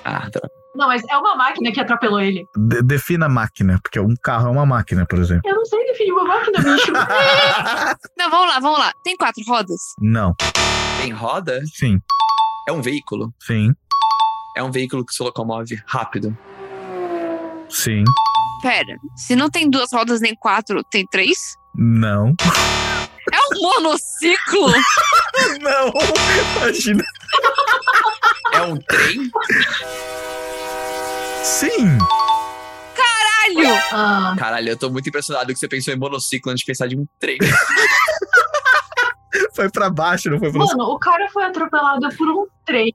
S1: Ah, droga.
S5: Não, mas é uma máquina que atropelou ele.
S3: De- defina a máquina, porque um carro é uma máquina, por exemplo.
S5: Eu não sei definir uma máquina, bicho.
S4: Não, vamos lá, vamos lá. Tem quatro rodas?
S3: Não,
S1: Tem roda?
S3: sim,
S1: É um veículo?
S3: sim,
S1: É um veículo que se locomove rápido.
S3: sim,
S4: Pera, se não tem duas rodas nem quatro, tem três?
S3: não.
S4: É um monociclo?
S3: Não, imagina.
S1: É um trem?
S3: Sim,
S4: Caralho!
S5: Ah,
S1: Caralho, eu tô muito impressionado que você pensou em monociclo antes de pensar de um trem.
S3: foi pra baixo, não foi pra
S5: mano, o cara foi atropelado por um trem.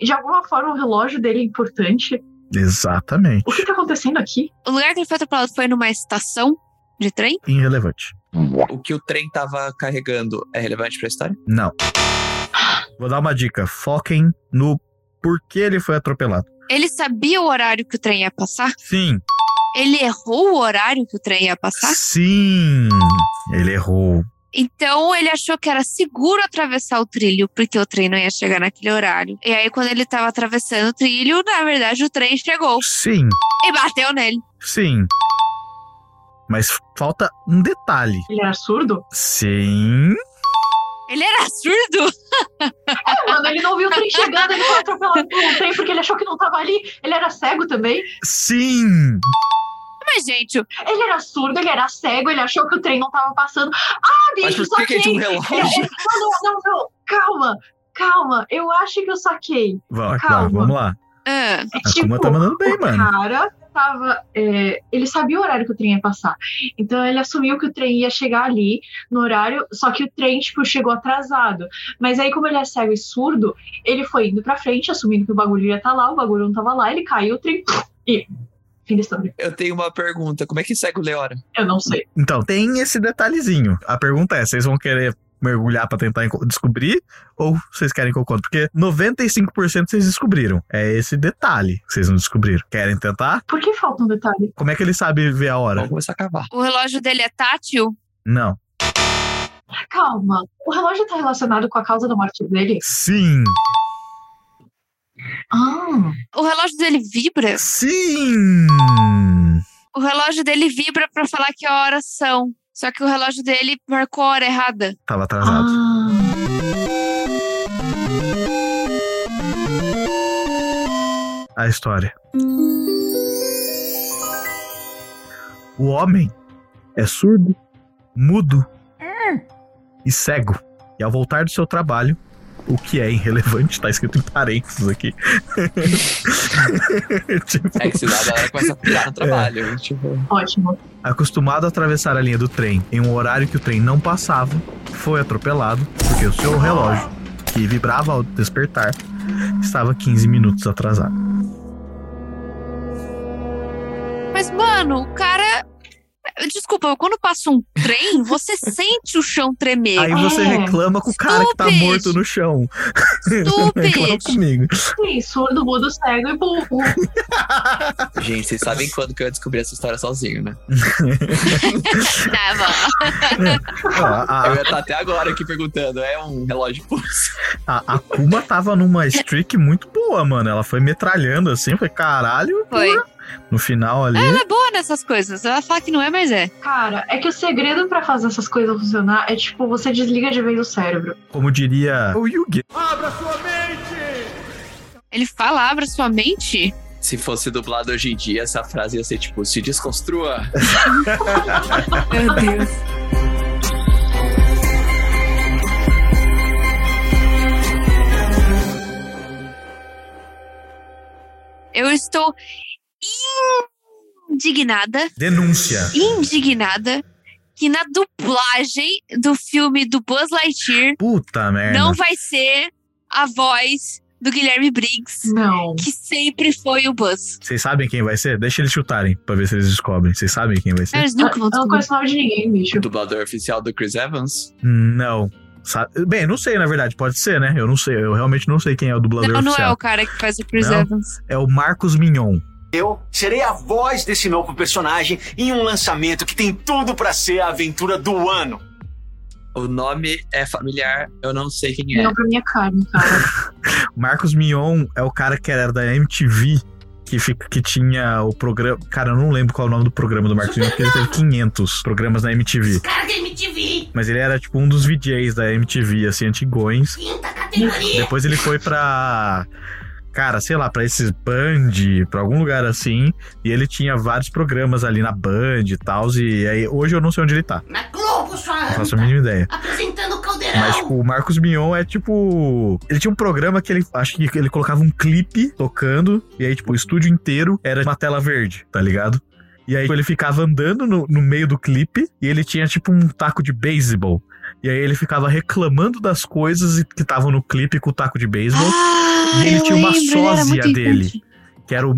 S5: De alguma forma, o relógio dele é importante.
S3: Exatamente.
S5: O que tá acontecendo aqui?
S4: O lugar que ele foi atropelado foi numa estação de trem?
S3: Irrelevante.
S1: O que o trem tava carregando é relevante pra história?
S3: Não. Vou dar uma dica. Foquem no porquê ele foi atropelado.
S4: Ele sabia o horário que o trem ia passar?
S3: Sim.
S4: Ele errou o horário que o trem ia passar?
S3: Sim. Ele errou.
S4: Então ele achou que era seguro atravessar o trilho, porque o trem não ia chegar naquele horário. E aí, quando ele tava atravessando o trilho, na verdade o trem chegou
S3: Sim.
S4: e bateu nele.
S3: Sim. Mas falta um detalhe.
S5: Ele é era surdo?
S3: Sim.
S4: Ele era surdo?
S5: É, mano, ele não viu o trem chegando, ele foi atropelado por um trem porque ele achou que não tava ali. Ele era cego também.
S3: Sim.
S4: Mas, gente,
S5: Ele era surdo, ele era cego, ele achou que o trem não tava passando. Ah,
S1: Mas
S5: bicho,
S1: por que, que ele
S5: saquei!
S1: tinha um relógio?
S5: Não, não, não, calma, calma. Eu acho que eu saquei.
S3: Vamos,
S5: Calma.
S3: vamos lá.
S4: ah,
S5: É
S3: A Kuma tá mandando bem,
S5: o
S3: mano.
S5: cara tava. é, ele sabia o horário que o trem ia passar. Então ele assumiu que o trem ia chegar ali no horário, só que o trem, tipo, chegou atrasado. Mas aí, como ele é cego e surdo, ele foi indo pra frente, assumindo que o bagulho ia estar lá, o bagulho não tava lá, ele caiu, o trem. E. Fim da história.
S1: Eu tenho uma pergunta. Como é que segue o Leora?
S5: Eu não sei.
S3: Então, tem esse detalhezinho. A pergunta é, vocês vão querer mergulhar pra tentar enco- descobrir ou vocês querem que eu conte? Porque 95% vocês descobriram. É esse detalhe que vocês não descobriram. Querem tentar?
S5: Por que falta um detalhe?
S3: Como é que ele sabe ver a hora?
S1: Vamos começar a acabar.
S4: o relógio dele é tátil?
S3: Não.
S5: Calma. O relógio tá relacionado com a causa da morte dele?
S3: Sim.
S5: Ah.
S4: O relógio dele vibra?
S3: Sim.
S4: O relógio dele vibra pra falar que horas são. Só que o relógio dele marcou a hora errada.
S3: Tava atrasado.
S5: ah.
S3: A história. O homem é surdo, mudo e cego. E ao voltar do seu trabalho, o que é irrelevante, tá escrito em parênteses aqui. tipo,
S1: É que se dá, a galera começa a pirar no trabalho. Tipo,
S5: Ah, Ótimo.
S3: acostumado a atravessar a linha do trem em um horário que o trem não passava, foi atropelado porque o seu relógio, que vibrava ao despertar, estava 15 minutos atrasado.
S4: Mas, mano, o cara. Desculpa, quando passa um trem, você sente o chão tremer.
S3: Aí você
S5: É.
S3: reclama com o cara que tá
S4: Stupid.
S3: morto no chão. reclama
S4: Stupid!
S3: comigo.
S5: Sim, surdo, mudo, cego e burro.
S1: gente, vocês sabem quando que eu descobri essa história sozinho, né?
S4: Tá bom.
S3: Ó, a,
S1: Eu
S3: a,
S1: ia estar até agora aqui perguntando. É um relógio pulso?
S3: a- a Kuma tava numa streak muito boa, mano. Ela foi metralhando assim, foi caralho.
S4: Foi.
S3: No final ali.
S4: Ela é boa nessas coisas. Ela fala que não é, mas é.
S5: Cara, é que o segredo pra fazer essas coisas funcionar é tipo, você desliga de vez o cérebro.
S3: Como diria o Yugi.
S9: Abra sua mente!
S4: Ele fala, abra sua mente.
S1: Se fosse dublado hoje em dia, essa frase ia ser tipo: se desconstrua.
S4: Meu Deus. Eu estou indignada.
S3: Denúncia.
S4: Indignada que na dublagem do filme do Buzz Lightyear
S3: Puta merda.
S4: não vai ser a voz do Guilherme Briggs,
S5: Não.
S4: que sempre foi o Buzz.
S3: Vocês sabem quem vai ser? Deixa eles chutarem pra ver se eles descobrem. Vocês sabem quem vai ser?
S5: Ah,
S4: Eles nunca vão
S5: Eu
S4: descobrir.
S5: não conheço o nome de ninguém, bicho.
S1: O dublador oficial do Chris Evans?
S3: Não. Sa- Bem, não sei, na verdade. Pode ser, né? Eu não sei. Eu realmente não sei quem é o dublador
S4: Não, não é
S3: oficial.
S4: o cara que faz o Chris
S3: Não?
S4: Evans.
S3: é o Marcos Mignon.
S13: Eu serei a voz desse novo personagem em um lançamento que tem tudo pra ser a aventura do ano.
S1: O nome é familiar, eu não sei quem é.
S5: Não pra minha carne, cara.
S3: Marcos Mignon é o cara que era da MTV, que, fica, que tinha o programa. Cara, eu não lembro qual é o nome do programa do Marcos Mignon, porque ele teve 500 programas na MTV.
S6: Carga MTV,
S3: Mas ele era, tipo, um dos VJs da MTV, assim, antigões.
S6: quinta categoria.
S3: Depois ele foi pra. Cara, sei lá, pra esses Band, pra algum lugar assim. E ele tinha vários programas ali na Band e tal. E aí, hoje eu não sei onde ele tá.
S6: Na Globo, sua
S3: Não faço a
S6: anta,
S3: mínima ideia.
S6: Apresentando o Caldeirão.
S3: Mas, tipo, o Marcos Mion é tipo. Ele tinha um programa que ele. Acho que ele colocava um clipe tocando. E aí, tipo, o estúdio inteiro era uma tela verde, tá ligado? E aí tipo, ele ficava andando no, no meio do clipe e ele tinha tipo um taco de beisebol. E aí ele ficava reclamando das coisas e- que estavam no clipe com o taco de beisebol.
S4: Ah,
S3: e ele
S4: eu
S3: tinha uma
S4: lembro, ele era
S3: sósia
S4: muito
S3: dele. Que era o,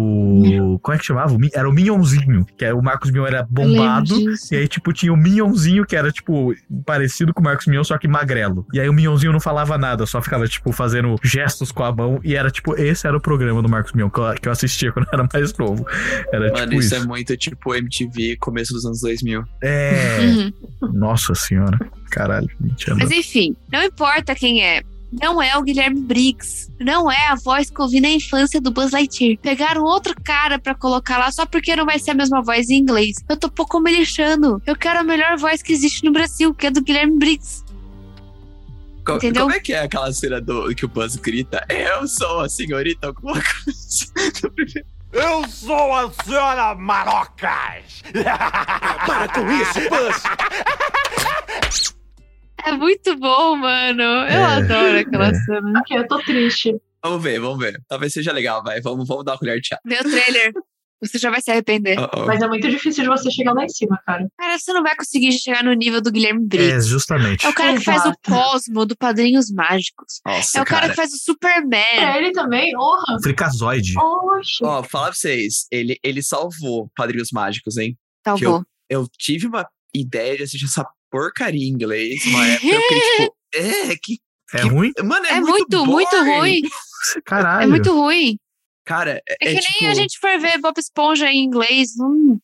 S3: o. Como é que chamava? O Mi- Era o Minhãozinho. Que era, o Marcos Mion era bombado.
S5: Eu lembro disso.
S3: E aí, tipo, tinha o Minhãozinho, que era, tipo, parecido com o Marcos Mion, só que magrelo. E aí o Minhãozinho não falava nada, só ficava, tipo, fazendo gestos com a mão. E era, tipo, esse era o programa do Marcos Mion, que eu- que eu assistia quando eu era mais novo. Era,
S1: Mano,
S3: tipo,
S1: isso,
S3: isso.
S1: é muito tipo MTV, começo dos anos 2000.
S3: É.
S4: Uhum.
S3: Nossa senhora. Caralho, 20 anos.
S4: Mas enfim, não importa quem é. Não é o Guilherme Briggs. Não é a voz que eu ouvi na infância do Buzz Lightyear. Pegaram outro cara pra colocar lá só porque não vai ser a mesma voz em inglês. Eu tô pouco me lixando. Eu quero a melhor voz que existe no Brasil, que é do Guilherme Briggs.
S1: Co-
S4: Entendeu?
S1: Como é que é aquela cena do, que o Buzz grita? Eu sou a senhorita alguma coisa. assim.
S13: Eu sou a senhora Marocas! Ah, Para com isso, Buzz!
S4: É muito bom, mano. Eu
S1: É,
S4: adoro aquela
S1: é.
S4: cena.
S5: Ok, eu tô triste.
S1: Vamos ver, vamos ver. Talvez seja legal, vai. Vamos, vamos dar uma colher de chá.
S4: Meu trailer. Você já vai se arrepender.
S1: Uh-oh.
S5: Mas é muito difícil de você chegar lá em cima, cara.
S4: Cara, você não vai conseguir chegar no nível do Guilherme
S3: É,
S4: Briggs.
S3: justamente.
S4: É, o cara que faz o
S5: Exato.
S4: Cosmo do Padrinhos Mágicos.
S1: Nossa,
S4: é o cara, que faz o Superman.
S5: É ele também? Porra!
S3: Fricazoide.
S5: Oxe!
S1: Ó, falar pra vocês, ele, ele salvou Padrinhos Mágicos, hein?
S4: Tá
S1: que eu,
S4: bom.
S1: eu tive uma ideia de assistir essa porcaria em inglês uma época. Eu fiquei tipo, é, que.
S3: É ruim?
S1: Mano, é,
S4: É muito,
S1: boring.
S4: muito ruim.
S3: Caralho.
S4: É muito ruim.
S1: Cara, é,
S4: É
S1: é
S4: que
S1: tipo,
S4: nem a gente for ver Bob Esponja em inglês. Hum.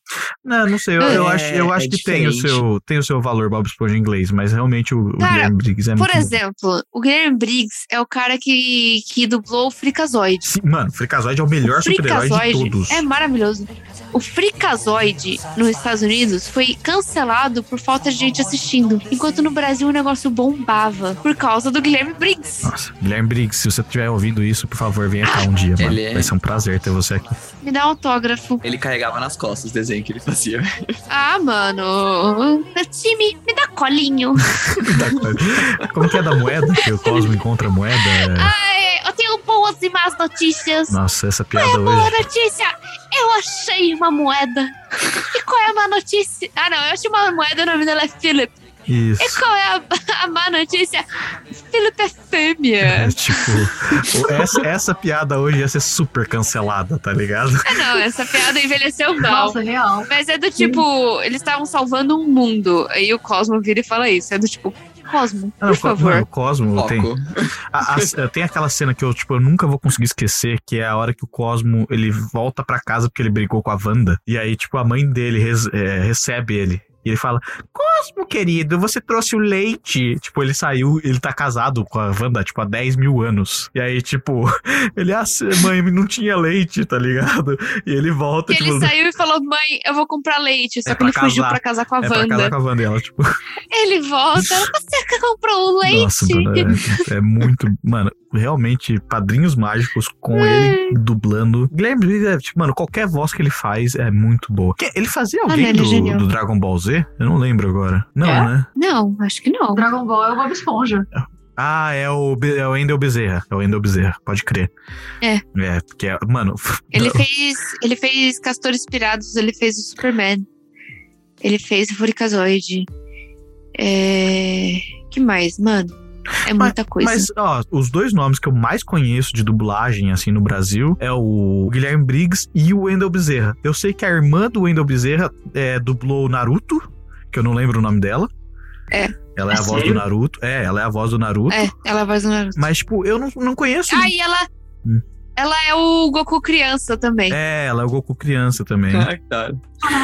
S3: Não, não sei. Eu, eu
S1: É,
S3: acho, eu
S1: é
S3: acho que tem o,
S1: diferente.
S3: seu, tem o seu valor Bob Esponja em inglês, mas realmente o, o
S4: Cara,
S3: Guilherme Briggs é
S4: Por
S3: muito bom.
S4: exemplo, o Guilherme Briggs é o cara que, que dublou o Frikazoid.
S3: Sim, mano, Fricazoide é o melhor super-herói de todos.
S4: é maravilhoso. O Frikazoid nos Estados Unidos foi cancelado por falta de gente assistindo, enquanto no Brasil o negócio bombava por causa do Guilherme Briggs.
S3: Nossa, Guilherme Briggs, se você estiver ouvindo isso, por favor, venha cá um dia, mano.
S1: Ele é-
S3: Vai ser um prazer ter
S2: é
S3: você aqui.
S4: Me dá um autógrafo.
S1: ele carregava nas costas o desenho que ele fazia.
S4: Ah, mano. Time, me dá colinho.
S3: Como que é da moeda? Que o Cosmo encontra a moeda?
S2: é.
S4: Ai, eu tenho boas e más notícias.
S3: Nossa, essa piada
S4: Boa
S3: hoje.
S4: notícia! Eu achei uma moeda. E qual é a má notícia? Ah, não, eu achei uma moeda, o nome dela é Philip.
S3: Isso.
S4: E qual é a, a má notícia? Philip é
S3: É,
S4: fêmea.
S3: tipo, essa, essa piada hoje ia ser super cancelada, tá ligado?
S4: Ah, não, essa piada envelheceu mal.
S5: Nossa, real.
S4: Mas é do tipo, eles estavam salvando um mundo. Aí o Cosmo vira e fala isso. É do tipo, Cosmo,
S3: Ah,
S4: por
S3: o Co- mano,
S4: favor.
S3: o Cosmo
S1: Foco.
S3: tem. a- a- tem aquela cena que eu, tipo, eu nunca vou conseguir esquecer, que é a hora que o Cosmo ele volta pra casa porque ele brigou com a Wanda. E aí, tipo, a mãe dele res- é, recebe ele. E ele fala: Cosmo, querido, você trouxe o leite. Tipo, ele saiu, ele tá casado com a Wanda, tipo, há 10 mil anos. E aí, tipo, ele, ah, mãe, não tinha leite, tá ligado? E ele volta,
S4: E
S3: tipo,
S4: ele saiu e falou, mãe, eu vou comprar leite. Só
S3: É
S4: que
S3: pra
S4: ele fugiu
S3: casar.
S4: pra casar com a
S3: é pra
S4: Wanda.
S3: casar com a Wanda. E ela, tipo,
S4: Ele volta, você que comprou o um leite.
S3: Nossa, mano, é, é muito. Mano, realmente padrinhos mágicos com
S4: É.
S3: ele dublando. Guilherme Briggs é, tipo, mano, qualquer voz que ele faz é muito boa. Que- Ele fazia
S4: Ah,
S3: alguém
S4: não, ele é
S3: do,
S4: genial.
S3: do Dragon Ball Z? Eu não lembro agora. Não,
S5: É?
S3: né?
S4: Não, acho que não.
S5: Dragon Ball é o Bob Esponja.
S3: Ah, é o, Be- é o Endel Bezerra. É o Endel Bezerra, pode crer.
S4: É.
S3: É, porque, é- mano.
S4: Ele fez, ele fez Castores Inspirados, ele fez o Superman. Ele fez o Furicazoide. É... que mais, mano? É muita coisa.
S3: Mas, ó, os dois nomes que eu mais conheço de dublagem, assim, no Brasil é o Guilherme Briggs e o Wendel Bezerra. Eu sei que a irmã do Wendel Bezerra é, dublou o Naruto, que eu não lembro o nome dela.
S4: É.
S3: Ela é a
S4: É
S3: voz do
S4: sério?
S3: Naruto. É, ela é a voz do Naruto.
S4: É, ela vai do Naruto.
S3: Mas, tipo, eu não, não conheço.
S4: Ah, e ela.
S3: Hum.
S4: Ela é o Goku criança também.
S3: É, ela é o Goku criança também. né?
S1: Ah, cara.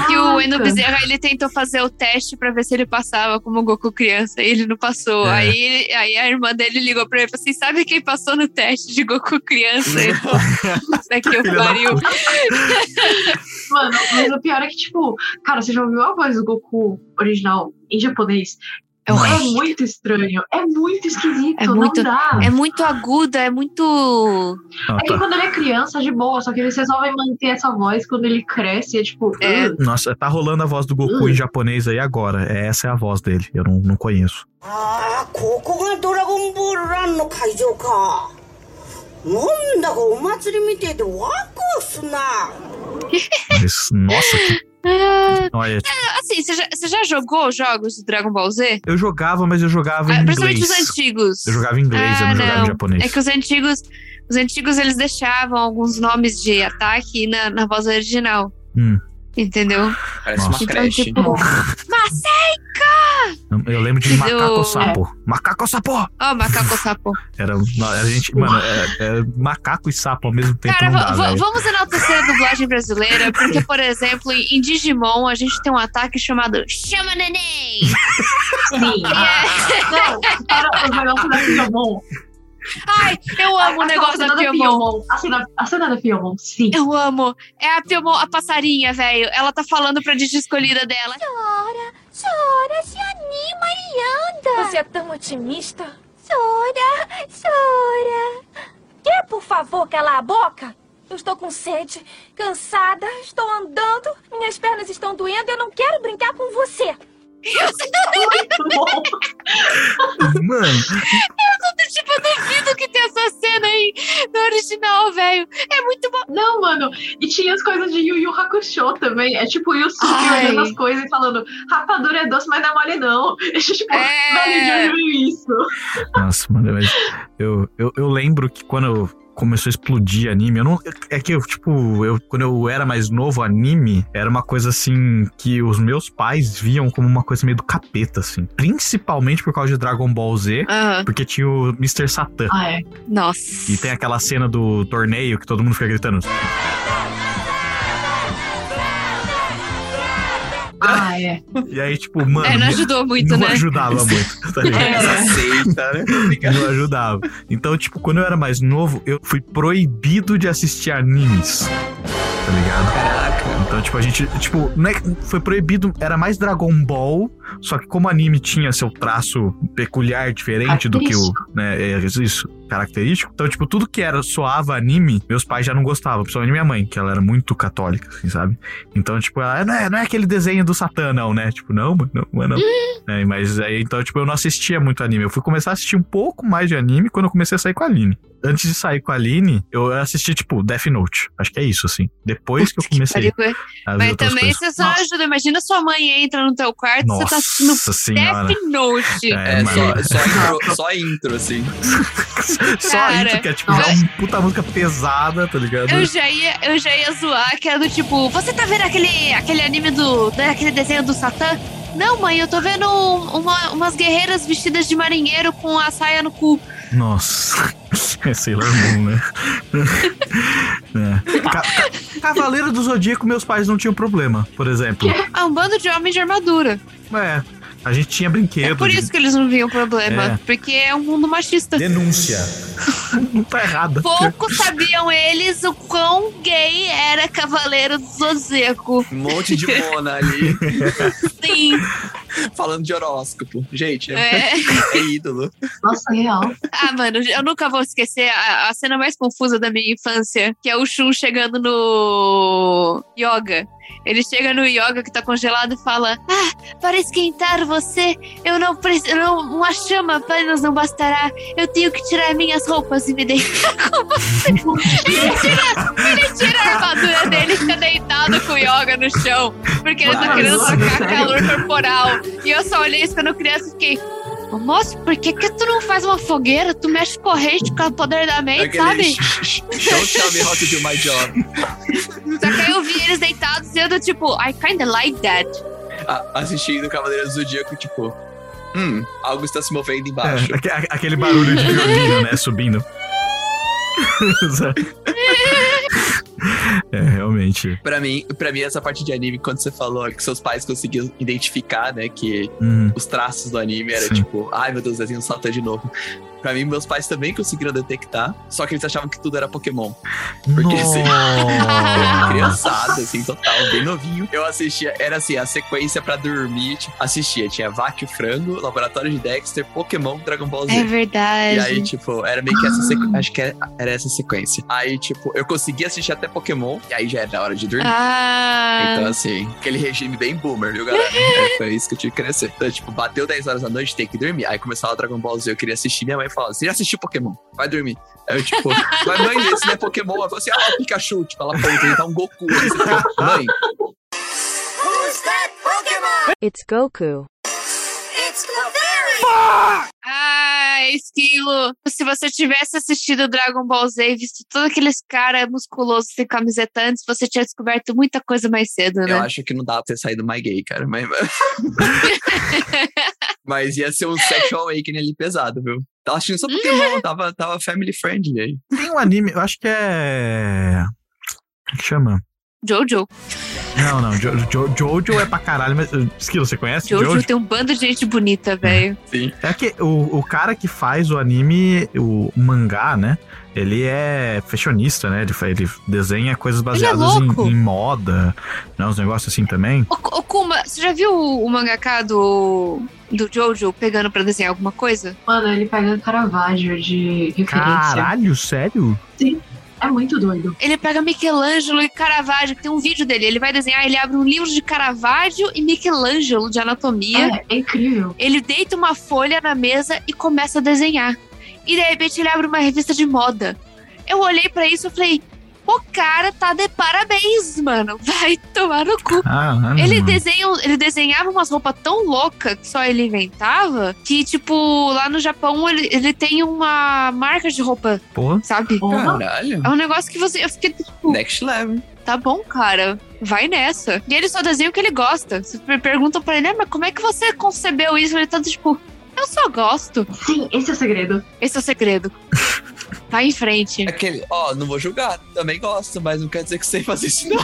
S4: E o Eno Bezerra, ele tentou fazer o teste pra ver se ele passava como Goku criança. E ele não passou.
S3: É.
S4: Aí, ele- aí a irmã dele ligou pra ele e falou assim: sabe quem passou no teste de Goku criança? Ele falou, Puta que eu
S5: Filho da
S4: pariu.
S5: Mano, mas o pior é que, tipo, cara, você já ouviu a voz do Goku original em japonês?
S4: É horrível.
S5: muito estranho, é muito esquisito,
S4: É muito,
S5: não dá.
S4: é muito aguda, é muito.
S3: Ah,
S5: É que
S3: tá.
S5: quando ele é criança, é de boa, só que eles resolvem manter essa voz quando ele cresce, é tipo. "Ugh".
S3: Nossa, tá rolando a voz do Goku
S4: Hum.
S3: em japonês aí agora. É, Essa é a voz dele. Eu não, não conheço.
S14: ああここがドラゴンボールランの会場かなんだかお祭りみてえでワクワクすんな
S3: Mas, nossa, que...
S4: Ah,
S3: Olha, tipo,
S4: é, assim, você já, você já jogou os jogos do Dragon Ball Z?
S3: eu jogava, mas eu jogava em
S4: Ah, principalmente
S3: inglês.
S4: os antigos.
S3: Eu jogava em inglês, eu não jogava em japonês.
S4: É que os antigos, os antigos eles deixavam alguns nomes de ataque na, na voz original,
S3: Hum.
S4: entendeu?
S1: Parece
S3: Nossa.
S1: uma creche.
S5: tá
S4: Maseika!
S3: Eu lembro de
S4: Do-
S3: macaco sapo. Macaco sapo!
S4: Ó, macaco sapo.
S3: Era, não, a gente, mano, é, é macaco e sapo ao mesmo tempo.
S4: Cara,
S3: não
S4: va-
S3: dá,
S4: va-
S3: velho.
S4: vamos enaltecer a dublagem brasileira, porque, por exemplo, em em Digimon a gente tem um ataque chamado Chama Neném!
S5: Sim. Não, para o negócio da Fiomon.
S4: Ai, eu amo o
S5: Aquela
S4: negócio
S5: cena
S4: da
S5: da
S4: Piomon.
S5: Fiomon. A cena, a cena da Fiomon, sim.
S4: Eu amo. É a Piomon, a passarinha, velho. Ela tá falando pra Digi escolhida dela.
S15: Chora, chora, se anima e anda. Você é tão otimista. Chora, chora. Quer, por favor, calar a boca? Eu estou com sede, cansada, estou andando, minhas pernas estão doendo e eu não quero brincar com você.
S5: Tá
S3: Mano,
S4: Eu tô, tipo, eu duvido que tem essa cena aí no original, velho. É muito bom.
S5: Não, mano. E tinha as coisas de Yu Yu Hakusho também. É tipo o Yusuke
S4: Ai.
S5: olhando as coisas e falando: rapadura é doce, mas não é mole, não. E, tipo,
S4: É.
S5: velho, já viu isso?
S3: Nossa, mano, mas eu, eu, eu lembro que quando eu- começou a explodir anime, eu não. É que eu, tipo, eu, quando eu era mais novo, anime era uma coisa assim que os meus pais viam como uma coisa meio do capeta, assim. Principalmente por causa de Dragon Ball Z,
S4: Aham.
S3: porque tinha o Mr. Satan.
S4: Ah, é. Nossa.
S3: E tem aquela cena do torneio que todo mundo fica gritando.
S5: Ah, é.
S3: E aí, tipo, mano.
S4: É, não ajudou muito,
S3: não
S4: né? É.
S3: ajudava muito, tá ligado?
S1: Aceita, né?
S3: Não ajudava. Então, tipo, quando eu era mais novo, eu fui proibido de assistir animes. Tá ligado? Caraca. Então, tipo, a gente. Tipo, não é que foi proibido. Era mais Dragon Ball. Só que como anime tinha seu traço peculiar, diferente do que o.
S5: Característico.
S3: Né, é isso, característico. Então, tipo, tudo que era soava anime, meus pais já não gostavam. Principalmente minha mãe, que ela era muito católica, assim, sabe? Então, tipo, ela não é, não é aquele desenho do Satã, não, né? Tipo, não, mano, não, é não.
S4: Hum.
S3: É, mas aí, então, tipo, eu não assistia muito anime. Eu fui começar a assistir um pouco mais de anime quando eu comecei a sair com a Aline. Antes de sair com a Aline, eu assisti, tipo, Death Note. Acho que é isso, assim. Depois que eu comecei.
S4: Pariu.
S3: a ver
S4: Mas
S3: outras
S4: também
S3: coisas.
S4: você só ajuda. Imagina sua mãe entra no teu quarto e você tá assistindo
S3: Nossa senhora.
S4: Death Note.
S1: É, só, só, intro, só intro, assim.
S3: Só a intro, que é tipo, é uma puta música pesada, tá ligado?
S4: Eu já, ia, eu já ia zoar, que é do tipo, você tá vendo aquele, aquele anime do. daquele desenho do Satã? Não, mãe, eu tô vendo um- uma- umas guerreiras vestidas de marinheiro com a saia no cu.
S3: Nossa. É Sailor Moon, né? É. Ca- ca- Cavaleiro do Zodíaco, meus pais não tinham problema, por exemplo.
S4: Ah, um bando de homem de armadura.
S3: É, a gente tinha brinquedo.
S4: É por
S3: de-
S4: isso que eles não viam problema.
S3: É.
S4: Porque é um mundo machista.
S3: Denúncia. não tá errada.
S4: Pouco sabiam eles o quão gay era Cavaleiro do Zodíaco.
S1: Um monte de mona ali.
S4: Sim.
S1: falando de horóscopo. Gente, é,
S4: É.
S1: é ídolo.
S5: Nossa, real.
S4: Ah, mano, eu nunca vou esquecer a, a cena mais confusa da minha infância, que é o Shun chegando no yoga. Ele chega no yoga que tá congelado e fala: Ah, para esquentar você, eu não preciso. Uma chama apenas não bastará. Eu tenho que tirar minhas roupas e me deitar com você. Ele tira, ele tira a armadura dele e fica deitado com o yoga no chão, porque ele tá
S5: Mano,
S4: querendo sacar
S5: sério?
S4: calor corporal. E eu só olhei isso quando criança e fiquei. Ô, Moço, por que, que tu não faz uma fogueira? Tu mexe corrente com o poder da mente, sabe?
S1: Don't tell me how to do my job.
S4: Só que aí eu vi eles deitados e eu tô tipo, I kinda like that.
S1: A, Ah, assistindo Cavaleiros do Zodíaco, tipo... Hum, algo está se movendo embaixo.
S3: É, aque- aque- aquele barulho de violino, né? Subindo. Exato. é, realmente.
S1: Pra mim, pra mim, essa parte de anime, quando você falou que seus pais conseguiam identificar, né, que
S3: Uhum.
S1: os traços do anime era
S3: Sim.
S1: tipo, ai meu Deus, o desenho salta de novo. Pra mim, meus pais também conseguiram detectar, só que eles achavam que tudo era Pokémon. Porque assim,
S2: é
S16: Ah.
S3: Nossa.
S1: criançada, assim, total, bem novinho. Eu assistia, era assim, a sequência pra dormir, tipo, assistia. Tinha Vac o Frango, Laboratório de Dexter, Pokémon, Dragon Ball Z.
S4: É verdade.
S1: E aí, tipo, era meio que essa sequência. Acho que era, era essa sequência. Aí, tipo, eu consegui assistir até Pokémon, e aí já era hora de dormir.
S4: Ah.
S1: Então, assim, aquele regime bem boomer, viu, galera? É, foi isso que eu tive que crescer. Então, tipo, bateu 10 horas da noite, tem que dormir. Aí começava Dragon Ball Z, eu queria assistir. Minha mãe falava, você já assistiu Pokémon? Vai dormir. Aí eu, tipo, mas mãe, esse não é Pokémon. Ela falou assim, ah, o Pikachu. Tipo, ela aponta, ele tá um Goku. Aí você fica, mãe,
S17: It's Goku.
S4: Ah, esquilo. Se você tivesse assistido Dragon Ball Z e visto todos aqueles caras musculosos sem camiseta antes, você tinha descoberto muita coisa mais cedo, né?
S1: eu acho que não dá pra ter saído mais gay, cara. Mas, mas ia ser um sexual awakening ali pesado, viu? Tava assistindo só
S4: Hum.
S1: Pokémon, tava, tava family friendly aí.
S3: Tem um anime, eu acho que é. Como que chama?
S4: Jojo.
S3: Não, não. Jo- Jo- Jojo é pra caralho, mas. uh, Esquilo, você conhece?
S4: Jojo, tem um bando de gente bonita, velho.
S1: Sim.
S3: É que o, o cara que faz o anime, o mangá, né? Ele é fashionista, né? Ele, fa- ele desenha coisas baseadas em-
S4: é louco.
S3: em, moda, né? Uns negócios assim também.
S4: Ô, Ku- ô, Kuma, você já viu o, o mangaká do, do Jojo pegando pra desenhar alguma coisa?
S5: Mano, ele pega um Caravaggio de referência.
S3: Caralho, sério?
S5: Sim, é muito doido.
S4: Ele pega Michelangelo e Caravaggio, que tem um vídeo dele. Ele vai desenhar, ele abre um livro de Caravaggio e Michelangelo de anatomia.
S5: É, é incrível.
S4: Ele deita uma folha na mesa e começa a desenhar. E de repente ele abre uma revista de moda. Eu olhei pra isso e falei: o cara tá de parabéns, mano. Vai tomar no cu.
S3: Ah,
S4: Ele, desenha, um, ele desenhava umas roupas tão loucas que só ele inventava que, tipo, lá no Japão ele, ele tem uma marca de roupa,
S3: Porra.
S4: sabe?
S5: Então,
S1: Caralho.
S4: É um negócio que você. Eu fiquei tipo.
S1: Next level.
S4: Tá bom, cara. Vai nessa. E ele só desenha o que ele gosta. Você per- pergunta pra ele, "Ah, mas como é que você concebeu isso? Ele tá tipo, eu só gosto.
S5: Sim, esse é o segredo.
S4: Esse é o segredo. Vai em frente.
S1: Aquele, É ó, não vou julgar, também gosto, mas não quer dizer que sei fazer isso, não.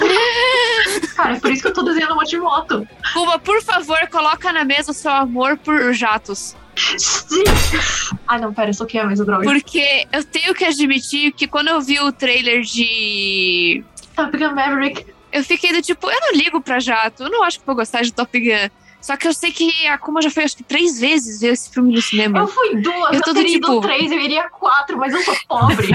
S5: Cara, é por isso que eu tô desenhando um monte de moto.
S4: Cuba, por favor, coloca na mesa seu amor por jatos.
S5: Sim. Ah, não, pera, eu só queria mais o droga.
S4: Porque eu tenho que admitir que quando eu vi o trailer de.
S5: Top Gun Tá, Maverick.
S4: Eu fiquei do tipo, eu não ligo pra jato, eu não acho que vou gostar de Top Gun. Só que eu sei que a Kuma já foi, acho que, três vezes ver esse filme no cinema.
S5: Eu fui duas, eu,
S4: Eu tô do
S5: teria ido
S4: tipo-
S5: três, eu iria quatro, mas eu sou pobre.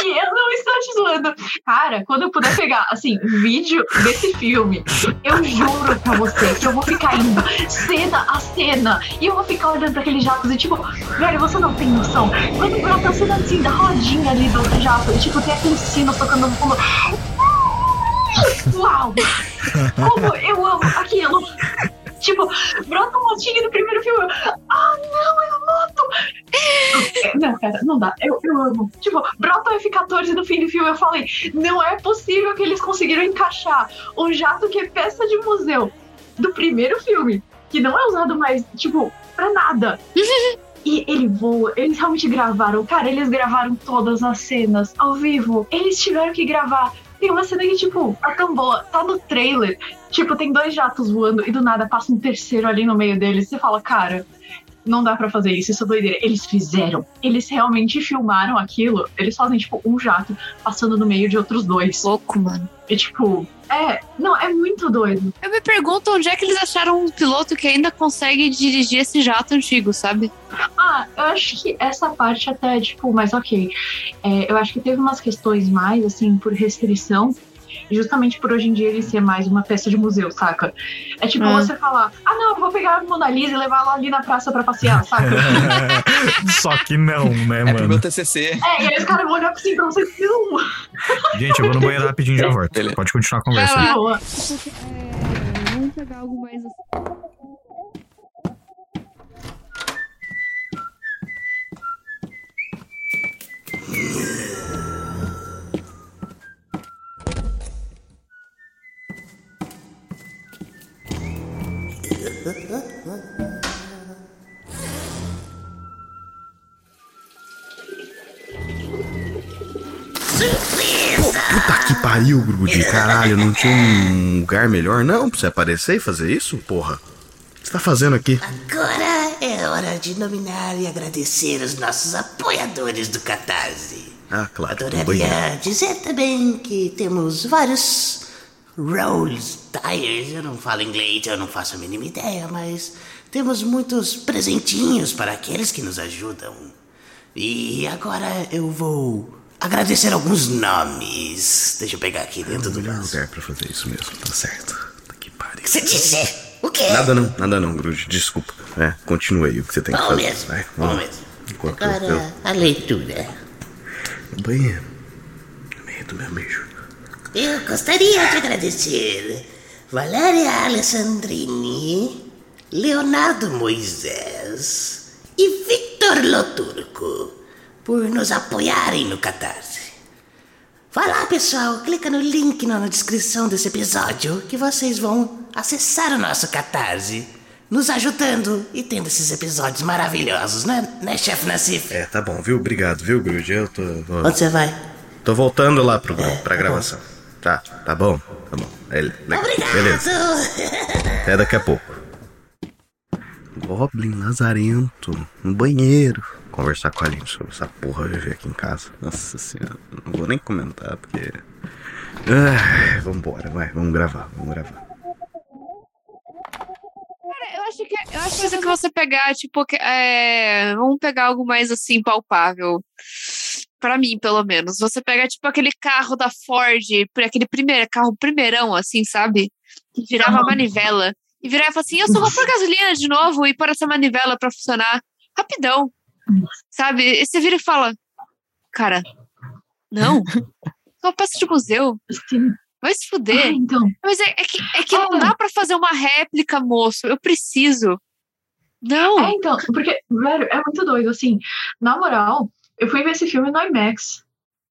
S5: e eu não estou te zoando. Cara, quando eu puder pegar, assim, vídeo desse filme, eu juro pra você que eu vou ficar indo cena a cena e eu vou ficar olhando pra aquele jato e tipo, velho, você não tem noção. Quando vai até a cena assim, da rodinha ali do jato, e tipo, tem aquele sino tocando no fundo. Uau! Como eu amo aquilo! Tipo, brota um motinho do primeiro filme. Ah, não, é a moto! É, Não, cara, não dá. Eu, eu amo. Tipo, brota o F-14 no fim do filme. Eu falei, não é possível que eles conseguiram encaixar um jato que é peça de museu do primeiro filme, que não é usado mais, tipo, pra nada. E ele voa, eles realmente gravaram. Cara, eles gravaram todas as cenas ao vivo. Eles tiveram que gravar. Tem uma cena que, tipo, a Gamboa tá no trailer. Tipo, tem dois jatos voando e do nada passa um terceiro ali no meio deles. Você fala, cara, Não dá pra fazer isso, isso é doideira. Eles fizeram. Eles realmente filmaram aquilo. Eles fazem, tipo, um jato passando no meio de outros dois.
S4: Louco, mano.
S5: É tipo. É, não, é muito doido.
S4: Eu me pergunto onde é que eles acharam um piloto que ainda consegue dirigir esse jato antigo, sabe?
S5: Ah, eu acho que essa parte até, é, tipo, mas ok. É, eu acho que teve umas questões mais, assim, por restrição. Justamente por hoje em dia ele ser mais uma peça de museu, saca? É tipo
S4: Ah.
S5: você falar, ah não, eu vou pegar a Mona Lisa e levar ela ali na praça pra passear, saca?
S3: Só que não, né,
S1: É pro
S3: mano?
S1: meu TCC.
S5: é, e aí os caras vão olhar assim pra você, não.
S3: Gente, eu vou no banheiro rapidinho e já volto. Pode continuar a conversa. aí.
S5: Boa.
S4: É, Vamos pegar algo mais assim.
S16: Puta que pariu, Grudi. Caralho, não tinha um lugar melhor não pra você aparecer e fazer isso, porra? O que você tá fazendo aqui?
S6: Agora é hora de nominar e agradecer os nossos apoiadores do Catarse.
S16: Ah, claro. no
S6: Adoraria
S16: banheiro.
S6: dizer também que temos vários Rolls Tires. Eu não falo inglês, eu não faço a mínima ideia, mas temos muitos presentinhos para aqueles que nos ajudam. E agora eu vou agradecer alguns nomes. Deixa eu pegar aqui dentro do
S16: melhor lugar pra fazer isso mesmo, tá certo. Puta que pariu.
S6: Você disse o quê?
S16: Nada não, nada não, Grude. Desculpa. É, continue aí o que você tem que
S6: Bom
S16: fazer.
S6: mesmo,
S16: Vai,
S6: bom
S16: lá.
S6: mesmo.
S16: Enquanto
S6: Agora,
S16: eu...
S6: a leitura.
S16: No banheiro. No meio do meu beijo.
S6: Eu gostaria de agradecer Valéria Alessandrini, Leonardo Moisés e Victor Loturco por nos apoiarem no Catarse. Vai lá, pessoal, clica no link na descrição desse episódio que vocês vão acessar o nosso Catarse, nos ajudando e tendo esses episódios maravilhosos, né, né chefe Nassif?
S16: É, tá bom, viu? Obrigado, viu, Grude? Eu tô. tô-
S6: Onde você vai?
S16: Tô voltando lá
S6: É,
S16: pro, pra gravação. Tá, tá bom, tá bom. É, legal. Beleza. Até daqui a pouco. Goblin lazarento no banheiro. Conversar com a Aline sobre essa porra viver aqui em casa. Nossa senhora, não vou nem comentar porque. Ah, vambora, vai, vamos gravar, vamos gravar.
S4: Cara, eu acho que eu acho que você pegar, tipo, que- é, vamos pegar algo mais assim, palpável. Pra mim, pelo menos. Você pega, tipo, aquele carro da Ford, por aquele primeiro carro primeirão, assim, sabe? Que virava
S5: Aham.
S4: manivela. E virava e falava assim, eu só vou pôr gasolina de novo e pôr essa manivela pra funcionar. Rapidão. Sabe? E você vira e fala, cara, não. É uma peça de museu. Vai se fuder.
S5: Ah, então.
S4: Mas é, é que, é que não dá pra fazer uma réplica, moço. Eu preciso. Não.
S5: É, então, porque, velho, é muito doido, assim, na moral, eu fui ver esse filme no IMAX,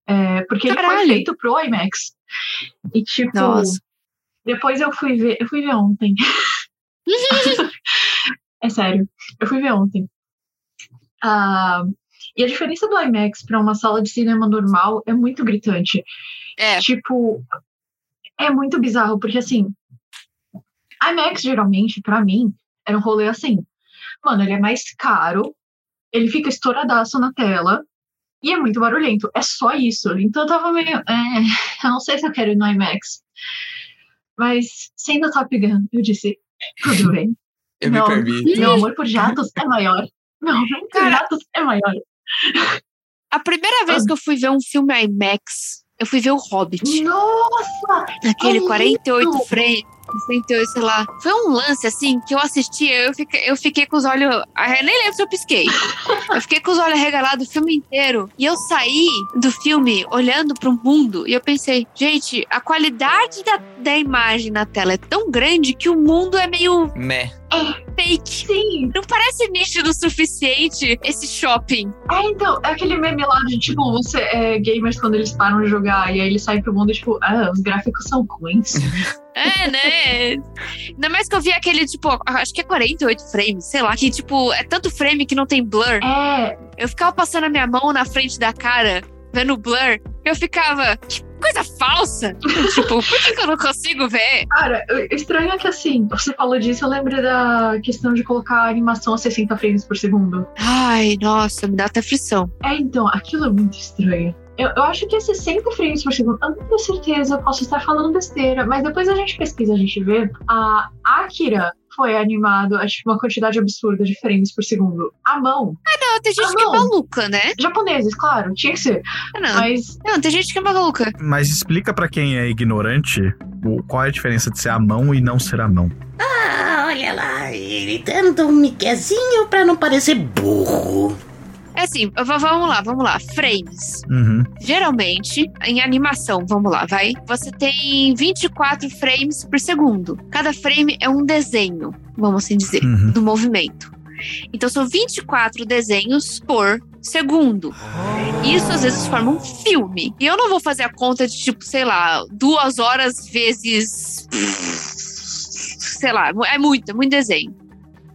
S5: é, porque ele foi
S4: Caralho.
S5: feito pro IMAX, e tipo,
S4: Nossa.
S5: depois eu fui ver, eu fui ver ontem, é sério, eu fui ver ontem, Ah, e a diferença do IMAX pra uma sala de cinema normal é muito gritante,
S4: é.
S5: tipo, é muito bizarro, porque assim, IMAX geralmente, pra mim, era um rolê assim. Mano, ele é mais caro, ele fica estouradaço na tela e é muito barulhento. É só isso. Então eu tava meio. É, eu não sei se eu quero ir no IMAX. Mas sendo Top Gun, eu disse, tudo bem.
S1: Eu me
S5: meu,
S1: permito.
S5: meu amor por jatos é maior. Meu amor por jatos é maior.
S4: A primeira vez que eu fui ver um filme IMAX, eu fui ver o
S5: Hum,
S4: Hobbit.
S5: Nossa!
S4: Aquele
S5: é
S4: 48
S5: lindo!
S4: frames. 48, sei lá. Foi um lance, assim, que eu assisti, eu fiquei, eu fiquei com os olhos. ah, eu nem lembro se eu pisquei. Eu fiquei com os olhos arregalados o filme inteiro. E eu saí do filme olhando pro mundo e eu pensei, gente, a qualidade da, da imagem na tela é tão grande que o mundo é meio
S1: Meh.
S4: fake.
S5: Sim.
S4: Não parece nítido o suficiente esse shopping.
S5: É, então, é aquele meme lá de, tipo, você, é, gamers quando eles param de jogar e aí eles saem pro mundo, tipo, ah, os gráficos são ruins.
S4: É, né? Ainda mais que eu vi aquele, tipo, acho que é 48 frames, sei lá, que, tipo, é tanto frame que não tem blur.
S5: É.
S4: Eu ficava passando a minha mão na frente da cara. vendo o Blur, eu ficava, que coisa falsa! tipo, por que, que eu não consigo ver?
S5: Cara, o estranho é que assim, você falou disso, eu lembrei da questão de colocar a animação a 60 frames por segundo.
S4: Ai, nossa, me dá até frição.
S5: É, então, aquilo é muito estranho. Eu, eu acho que é 60 frames por segundo. Eu não tenho certeza, eu posso estar falando besteira, mas depois a gente pesquisa, a gente vê. A Akira foi animado a tipo, uma quantidade absurda de frames por segundo. A mão.
S4: Ah, não, tem gente
S5: Ah,
S4: que é
S5: não.
S4: maluca, né?
S5: Japoneses, claro, tinha que ser.
S4: Ah, não.
S5: Mas.
S4: Não, tem gente que é maluca.
S3: Mas explica pra quem é ignorante o- qual é a diferença de ser a mão e não ser a mão.
S6: Ah, olha lá, ele dando um miquezinho pra não parecer burro.
S4: É assim, v- vamos lá, vamos lá. Frames.
S3: Uhum.
S4: Geralmente, em animação, vamos lá, vai. Você tem 24 frames por segundo. Cada frame é um desenho, vamos assim dizer,
S15: Uhum.
S4: do movimento. Então são 24 desenhos por segundo. Isso às vezes forma um filme. E eu não vou fazer a conta de tipo, sei lá, duas horas vezes. Sei lá, é muito, é muito desenho.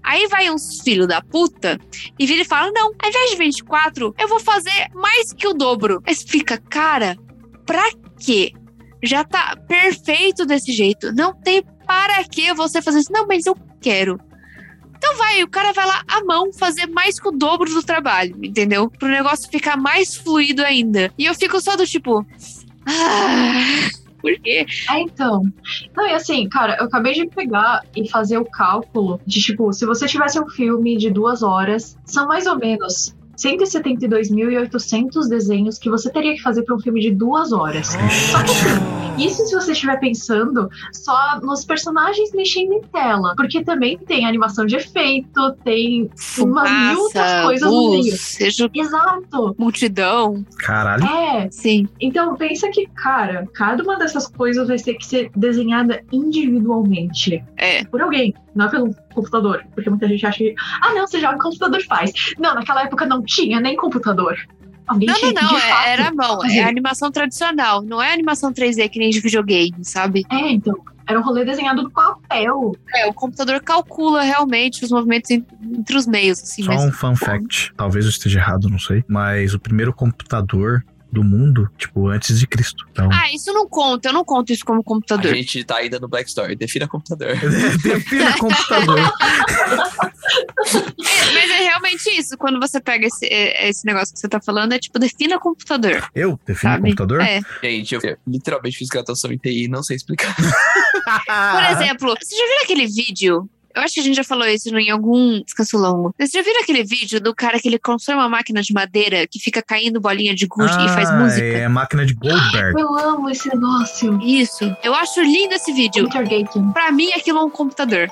S4: Aí vai uns filho da puta e vira e fala: Não, ao invés de 24, eu vou fazer mais que o dobro. Aí você fica, cara, pra quê? Já tá perfeito desse jeito. Não tem para que você fazer isso. Não, mas eu quero. Então vai, o cara vai lá à mão fazer mais que o dobro do trabalho, entendeu? Pro negócio ficar mais fluido ainda. E eu fico só do tipo. Ah, por quê?
S5: É, então. Não, e assim, cara, eu acabei de pegar e fazer o cálculo de, tipo, se você tivesse um filme de duas horas, são mais ou menos 172.800 desenhos que você teria que fazer pra um filme de duas horas. Só que assim, isso se você estiver pensando só nos personagens mexendo em tela. Porque também tem animação de efeito, tem umas mil outras
S4: Fumaça,
S5: coisas no
S4: luz,
S5: meio.
S4: seja
S5: Exato.
S4: multidão.
S3: Caralho.
S5: É.
S4: Sim.
S5: Então pensa que, cara, cada uma dessas coisas vai ter que ser desenhada individualmente.
S4: É.
S5: Por alguém, não é pelo computador. Porque muita gente acha que, ah, não, você joga o computador e faz. Não, naquela época não tinha nem computador. Alguém
S4: Não,
S5: tinha
S4: não,
S5: que,
S4: não.
S5: de fato,
S4: É, era a mão.
S5: fazer.
S4: É animação tradicional. Não é animação 3D que nem de videogame, sabe?
S5: É, então. Era um rolê desenhado no papel.
S4: É, o computador calcula realmente os movimentos en- entre os meios, assim.
S3: Só
S4: mas-
S3: um fun fact, talvez eu esteja errado, não sei, mas o primeiro computador do mundo, tipo, antes de Cristo. Então,
S4: Ah, isso não conta. Eu não conto isso como computador.
S1: A gente tá ainda no Black Story. Defina computador.
S3: Defina computador.
S4: É, mas é realmente isso. Quando você pega esse, é- esse negócio que você tá falando, é tipo, defina computador.
S3: eu defino
S4: Sabe?
S3: computador?
S4: É.
S1: Gente, eu literalmente fiz graduação em TI e não sei explicar.
S4: Por
S3: Ah.
S4: exemplo, vocês já viram aquele vídeo? Eu acho que a gente já falou isso em algum descanso longo. Vocês já viram aquele vídeo do cara que ele constrói uma máquina de madeira que fica caindo bolinha de gude e faz
S3: Ah,
S4: música?
S3: É máquina de Goldberg.
S5: Eu amo esse negócio.
S4: Isso. Eu acho lindo esse vídeo. Pra mim, aquilo é um computador.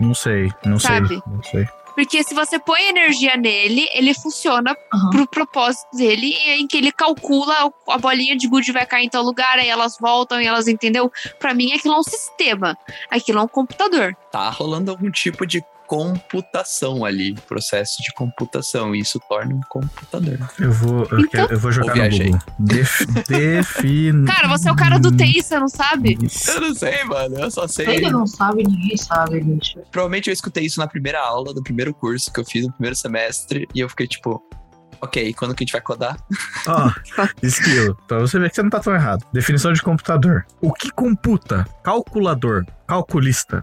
S3: Não sei, não sei.
S4: Ah. Sabe?
S3: Não sei.
S4: Porque se você põe energia nele, ele funciona
S3: Uhum.
S4: pro propósito dele, em que ele calcula o- a bolinha de gude vai cair em tal lugar, aí elas voltam e elas, entendeu? Pra mim, aquilo é um sistema. Aquilo é um computador.
S1: Tá rolando algum tipo de computação ali, processo de computação, e isso torna um computador.
S3: Eu vou, eu,
S4: Então?
S3: quero- eu vou jogar
S1: Ou
S3: no
S1: viajei.
S3: Google. Def, defin...
S4: Cara, você é o cara
S3: Uhum.
S4: do TI, você não sabe?
S1: Eu não sei, mano. Eu só sei.
S5: Ele não sabe, ninguém sabe, gente.
S1: Provavelmente eu escutei isso na primeira aula do primeiro curso que eu fiz no primeiro semestre e eu fiquei tipo, ok, quando que a gente vai codar?
S3: Ó, skill. Pra você ver que você não tá tão errado. Definição de computador. O que computa? Calculador. Calculista.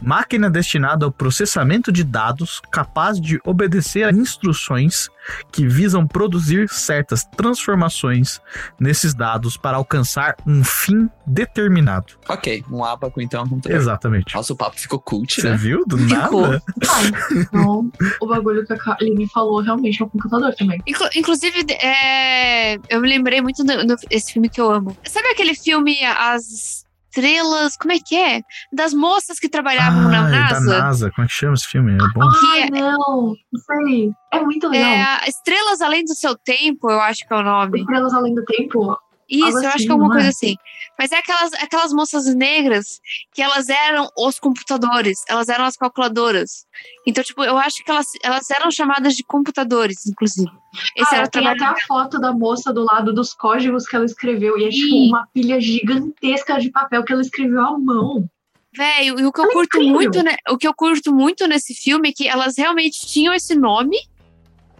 S3: Máquina destinada ao processamento de dados capaz de obedecer a instruções que visam produzir certas transformações nesses dados para alcançar um fim determinado.
S1: Ok, um abaco então é um computador.
S3: Exatamente.
S1: Nossa, o papo ficou cult,
S3: Você
S1: né?
S3: viu? Do nada?
S5: Ah, então, o bagulho que a Kaline falou realmente é um computador também.
S4: Inclu- inclusive, é, eu me lembrei muito do- do- desse filme que eu amo. Sabe aquele filme As Estrelas? Como é que é? Das moças que trabalhavam
S3: Ah,
S4: na
S3: é da
S4: NASA?
S3: NASA. Como é que chama esse filme? É bom?
S4: Que é-
S5: Não, sei. É muito legal.
S4: É, a Estrelas Além do Seu Tempo, eu acho que é o nome.
S5: Estrelas Além do Tempo?
S4: Isso,
S5: Algo
S4: eu acho
S5: assim,
S4: que é alguma
S5: não
S4: coisa
S5: é?
S4: assim. Mas é aquelas, aquelas moças negras que elas eram os computadores, elas eram as calculadoras. Então, tipo, eu acho que elas, elas eram chamadas de computadores, inclusive. Esse
S5: Cara,
S4: era o
S5: tem
S4: trabalho.
S5: até a foto da moça do lado dos códigos que ela escreveu. E é tipo uma pilha gigantesca de papel que ela escreveu à mão.
S4: Velho, e o que eu curto
S5: incrível.
S4: muito, né? O que eu curto muito nesse filme é que elas realmente tinham esse nome.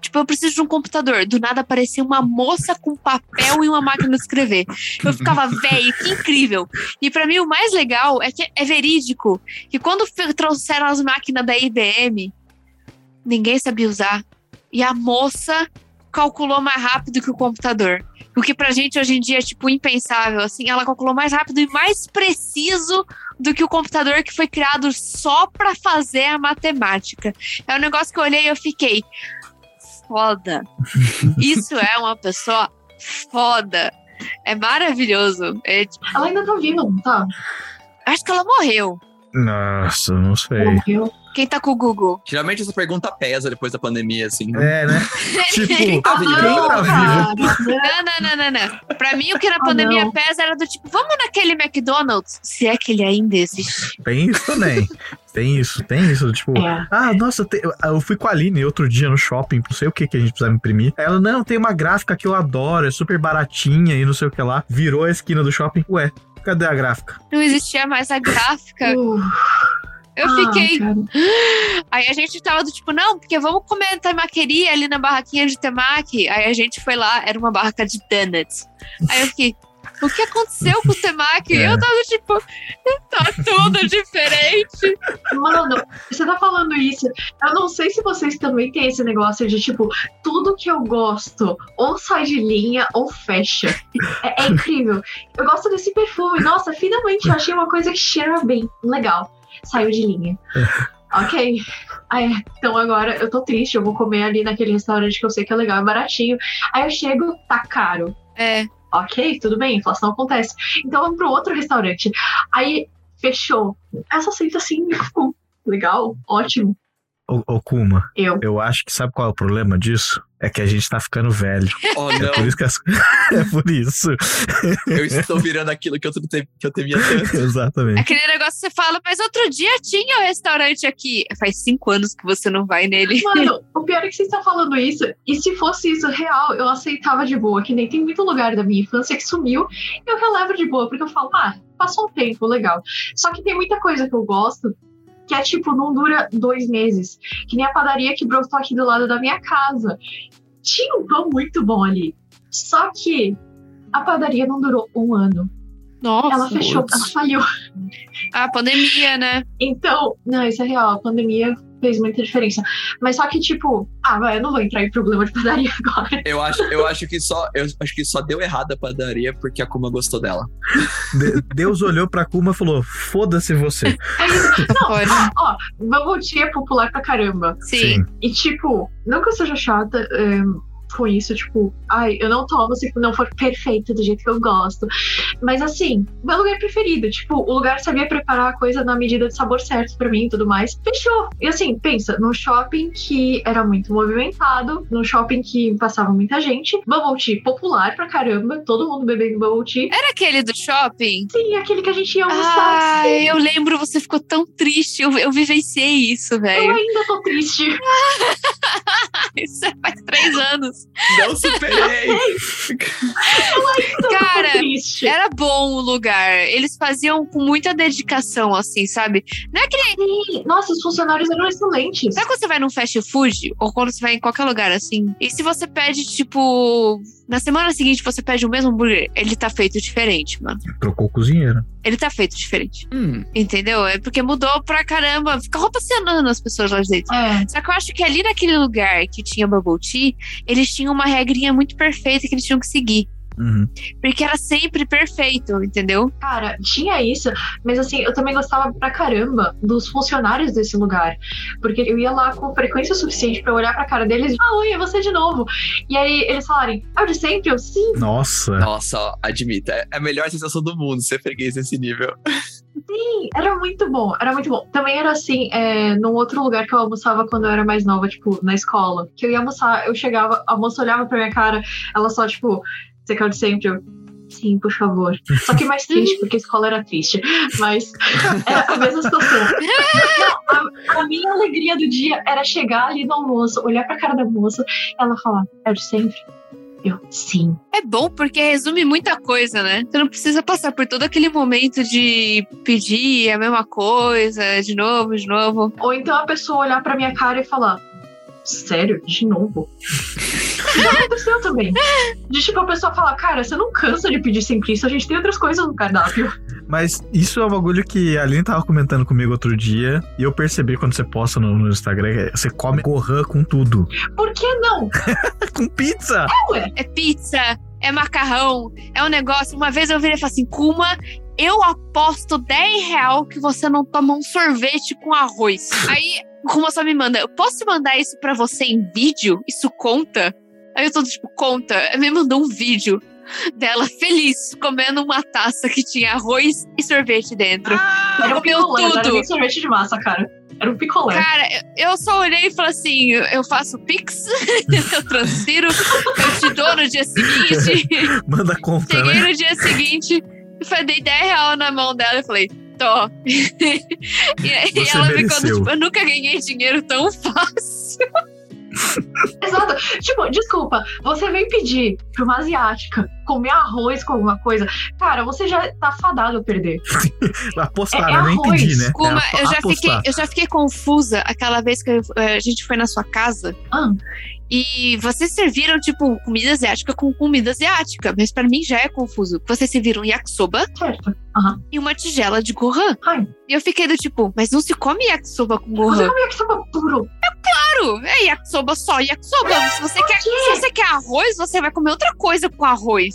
S4: Tipo, eu preciso de um computador. Do nada aparecia uma moça com papel e uma máquina de escrever. Eu ficava, velho, que incrível. E pra mim o mais legal é que é verídico. Que quando fe- trouxeram as máquinas da IBM, ninguém sabia usar. E a moça calculou mais rápido que o computador. O que pra gente hoje em dia é, tipo, impensável. Assim, ela calculou mais rápido e mais preciso do que o computador que foi criado só pra fazer a matemática. É um negócio que eu olhei e eu fiquei foda. Isso é uma pessoa foda. É maravilhoso. É, tipo,
S5: Ela ainda tá viva, não tá?
S4: acho que ela morreu.
S3: Nossa, não sei.
S4: Quem tá com o Google?
S1: Geralmente essa pergunta pesa depois da pandemia, assim.
S3: É, né? tipo,
S1: quem
S5: Ah,
S1: tá vivo? Quem
S4: não,
S1: tá vivo?
S4: Não, não, não, não, não. Pra mim, o que na pandemia pesa era do tipo, vamos naquele McDonald's, se é que ele ainda existe.
S3: Tem isso também. Tem isso, tem isso. Tipo, ah, nossa, tem- eu fui com a Aline outro dia no shopping, não sei o que que a gente precisava imprimir. Ela, não, tem uma gráfica que eu adoro, é super baratinha e não sei o que lá. Virou a esquina do shopping, ué, cadê a gráfica?
S4: Não existia mais a gráfica. É. Eu
S5: Ah,
S4: fiquei. Aí a gente tava do tipo, não, porque vamos comer temaqueria ali na barraquinha de temaki. Aí a gente foi lá, era uma barraca de donuts. Aí eu fiquei, o que aconteceu com o temaki?
S5: É.
S4: Eu tava tipo, tá tudo diferente.
S5: Mano, você tá falando isso. Eu não sei se vocês também têm esse negócio de tipo, tudo que eu gosto, ou sai de linha ou fecha. É, é incrível. Eu gosto desse perfume. Nossa, finalmente eu achei uma coisa que cheira bem. Legal. Saiu de linha. Ok. Ah, é. Então agora eu tô triste, eu vou comer ali naquele restaurante que eu sei que é legal, é baratinho. Aí eu chego, tá caro.
S4: É.
S5: Ok, tudo bem, inflação acontece. Então vamos pro outro restaurante. Aí, fechou. Essa aceita assim, tipo, legal, ótimo.
S3: Ô, ô Kuma,
S5: Eu.
S3: acho que sabe qual é o problema disso? É que a gente tá ficando velho.
S1: Oh,
S3: é
S1: não.
S3: por isso que as... É por isso.
S1: Eu estou virando aquilo que eu, te- que eu temia tanto.
S3: Exatamente.
S4: É Aquele negócio que você fala, mas outro dia tinha o restaurante aqui. Faz cinco anos que você não vai nele.
S5: Mano, o pior é que vocês estão falando isso, e se fosse isso real, eu aceitava de boa, que nem tem muito lugar da minha infância que sumiu, eu relevo de boa, porque eu falo, ah, passou um tempo, legal. Só que tem muita coisa que eu gosto, que é tipo, não dura dois meses. Que nem a padaria que brotou aqui do lado da minha casa. Tinha um pão muito bom ali. Só que a padaria não durou um ano.
S4: Nossa.
S5: Ela fechou,
S4: Putz.
S5: ela falhou.
S4: A pandemia, né?
S5: Então, não, isso é real. A pandemia fez muita diferença. Mas só que, tipo, ah, vai, eu não vou entrar em problema de padaria agora.
S1: Eu acho, eu acho que só, eu acho que só deu errado a padaria porque a Kuma gostou dela.
S3: De- Deus olhou pra Kuma e falou: foda-se você.
S5: Não,
S4: ah,
S5: ó, ó, Bubble é popular pra caramba.
S3: Sim. Sim.
S5: E, tipo, não que eu seja chata é, com isso, tipo, ai, eu não tomo se não for perfeito do jeito que eu gosto. Mas, assim, meu lugar preferido. Tipo, o lugar sabia preparar a coisa na medida de sabor certo pra mim e tudo mais. Fechou. E, assim, pensa, num shopping que era muito movimentado, num shopping que passava muita gente. Bubble Tea popular pra caramba, todo mundo bebendo Bubble Tea. É,
S4: Era aquele do shopping?
S5: Sim, aquele que a gente ia almoçar.
S4: Ah,
S5: sim.
S4: eu lembro, você ficou tão triste. Eu, eu vivenciei isso, velho.
S5: Eu ainda tô triste.
S4: Isso é faz três anos.
S1: Não superei.
S4: Cara, é. era bom o lugar. Eles faziam com muita dedicação, assim, sabe? Não é que nem...
S5: Nossa, os funcionários eram excelentes.
S4: Sabe quando você vai num fast food? Ou quando você vai em qualquer lugar, assim? E se você pede, tipo... Na semana seguinte, você pede o mesmo hambúrguer. Ele tá feito diferente, mano.
S3: Trocou cozinheira.
S4: Ele tá feito diferente.
S1: Hum.
S4: Entendeu? É porque mudou pra caramba. Fica rotacionando as pessoas lá dentro. Só que eu acho que ali naquele lugar que tinha bubble tea, eles tinham uma regrinha muito perfeita que eles tinham que seguir.
S3: Uhum.
S4: Porque era sempre perfeito, entendeu?
S5: Cara, tinha isso, mas assim, eu também gostava pra caramba dos funcionários desse lugar. Porque eu ia lá com frequência suficiente pra olhar pra cara deles e ah, oi, é você de novo. E aí eles falarem, é o de sempre? Eu sim,
S3: Nossa.
S1: Nossa, ó, admita. É a melhor sensação do mundo ser freguês nesse nível.
S5: sim. Era muito bom, era muito bom. Também era assim, é, num outro lugar que eu almoçava quando eu era mais nova, tipo, na escola. Que eu ia almoçar, eu chegava, a moça olhava pra minha cara, ela só, tipo, você quer o de sempre? Eu, sim, por favor. Só que mais triste, porque a escola era triste. Mas era a mesma situação. Não, a, a minha alegria do dia era chegar ali no almoço, olhar pra cara da moça, ela falar, é o de sempre? Eu, sim.
S4: É bom porque resume muita coisa, né? Você não precisa passar por todo aquele momento de pedir a mesma coisa, de novo, de novo.
S5: Ou então a pessoa olhar pra minha cara e falar, sério, de novo. Isso aconteceu também. De tipo, a pessoa fala, cara, você não cansa de pedir sempre isso, a gente tem outras coisas no cardápio.
S3: Mas isso é um bagulho que a Aline tava comentando comigo outro dia e eu percebi quando você posta no, no Instagram que você come Gohan com tudo.
S5: Por que não?
S3: com pizza!
S4: É pizza, é macarrão, é um negócio. Uma vez eu virei e falei assim, Kuma, eu aposto 10 real que você não toma um sorvete com arroz. Aí o Kuma só me manda, eu posso mandar isso pra você em vídeo? Isso conta? Aí eu tô tipo, conta. Aí me mandou um vídeo dela feliz, comendo uma taça que tinha arroz e sorvete dentro.
S5: Era um
S4: Ela comeu
S5: picolé, não era
S4: tudo.
S5: nem sorvete de massa, cara. Era um picolé.
S4: Cara, eu eu só olhei e falei assim: eu faço pix, eu transfiro, eu te dou no dia seguinte.
S3: Manda conta,
S4: Cheguei
S3: né?
S4: no dia seguinte, eu falei, dei 10 real na mão dela e falei, tô. e aí
S3: Você
S4: ela
S3: mereceu.
S4: ficou tipo, eu nunca ganhei dinheiro tão fácil.
S5: Exato. Tipo, desculpa, você vem pedir pra uma asiática comer arroz com alguma coisa, cara, você já tá fadado a perder.
S3: Apostar,
S5: É- é
S3: eu nem
S5: arroz.
S3: entendi, né?
S4: Kuma,
S3: É
S4: eu, já
S3: apostar.
S4: fiquei, eu já fiquei confusa aquela vez que eu- eh, a gente foi na sua casa.
S5: Ah,
S4: E vocês serviram, tipo, comida asiática com comida asiática. Mas pra mim já é confuso. Vocês serviram yakisoba e uma tigela de gohan. E eu fiquei do tipo, mas não se come yakisoba com gohan.
S5: Você come yakisoba puro?
S4: É claro! É yakisoba só, yakisoba. Se você, quer, se você quer arroz, você vai comer outra coisa com arroz.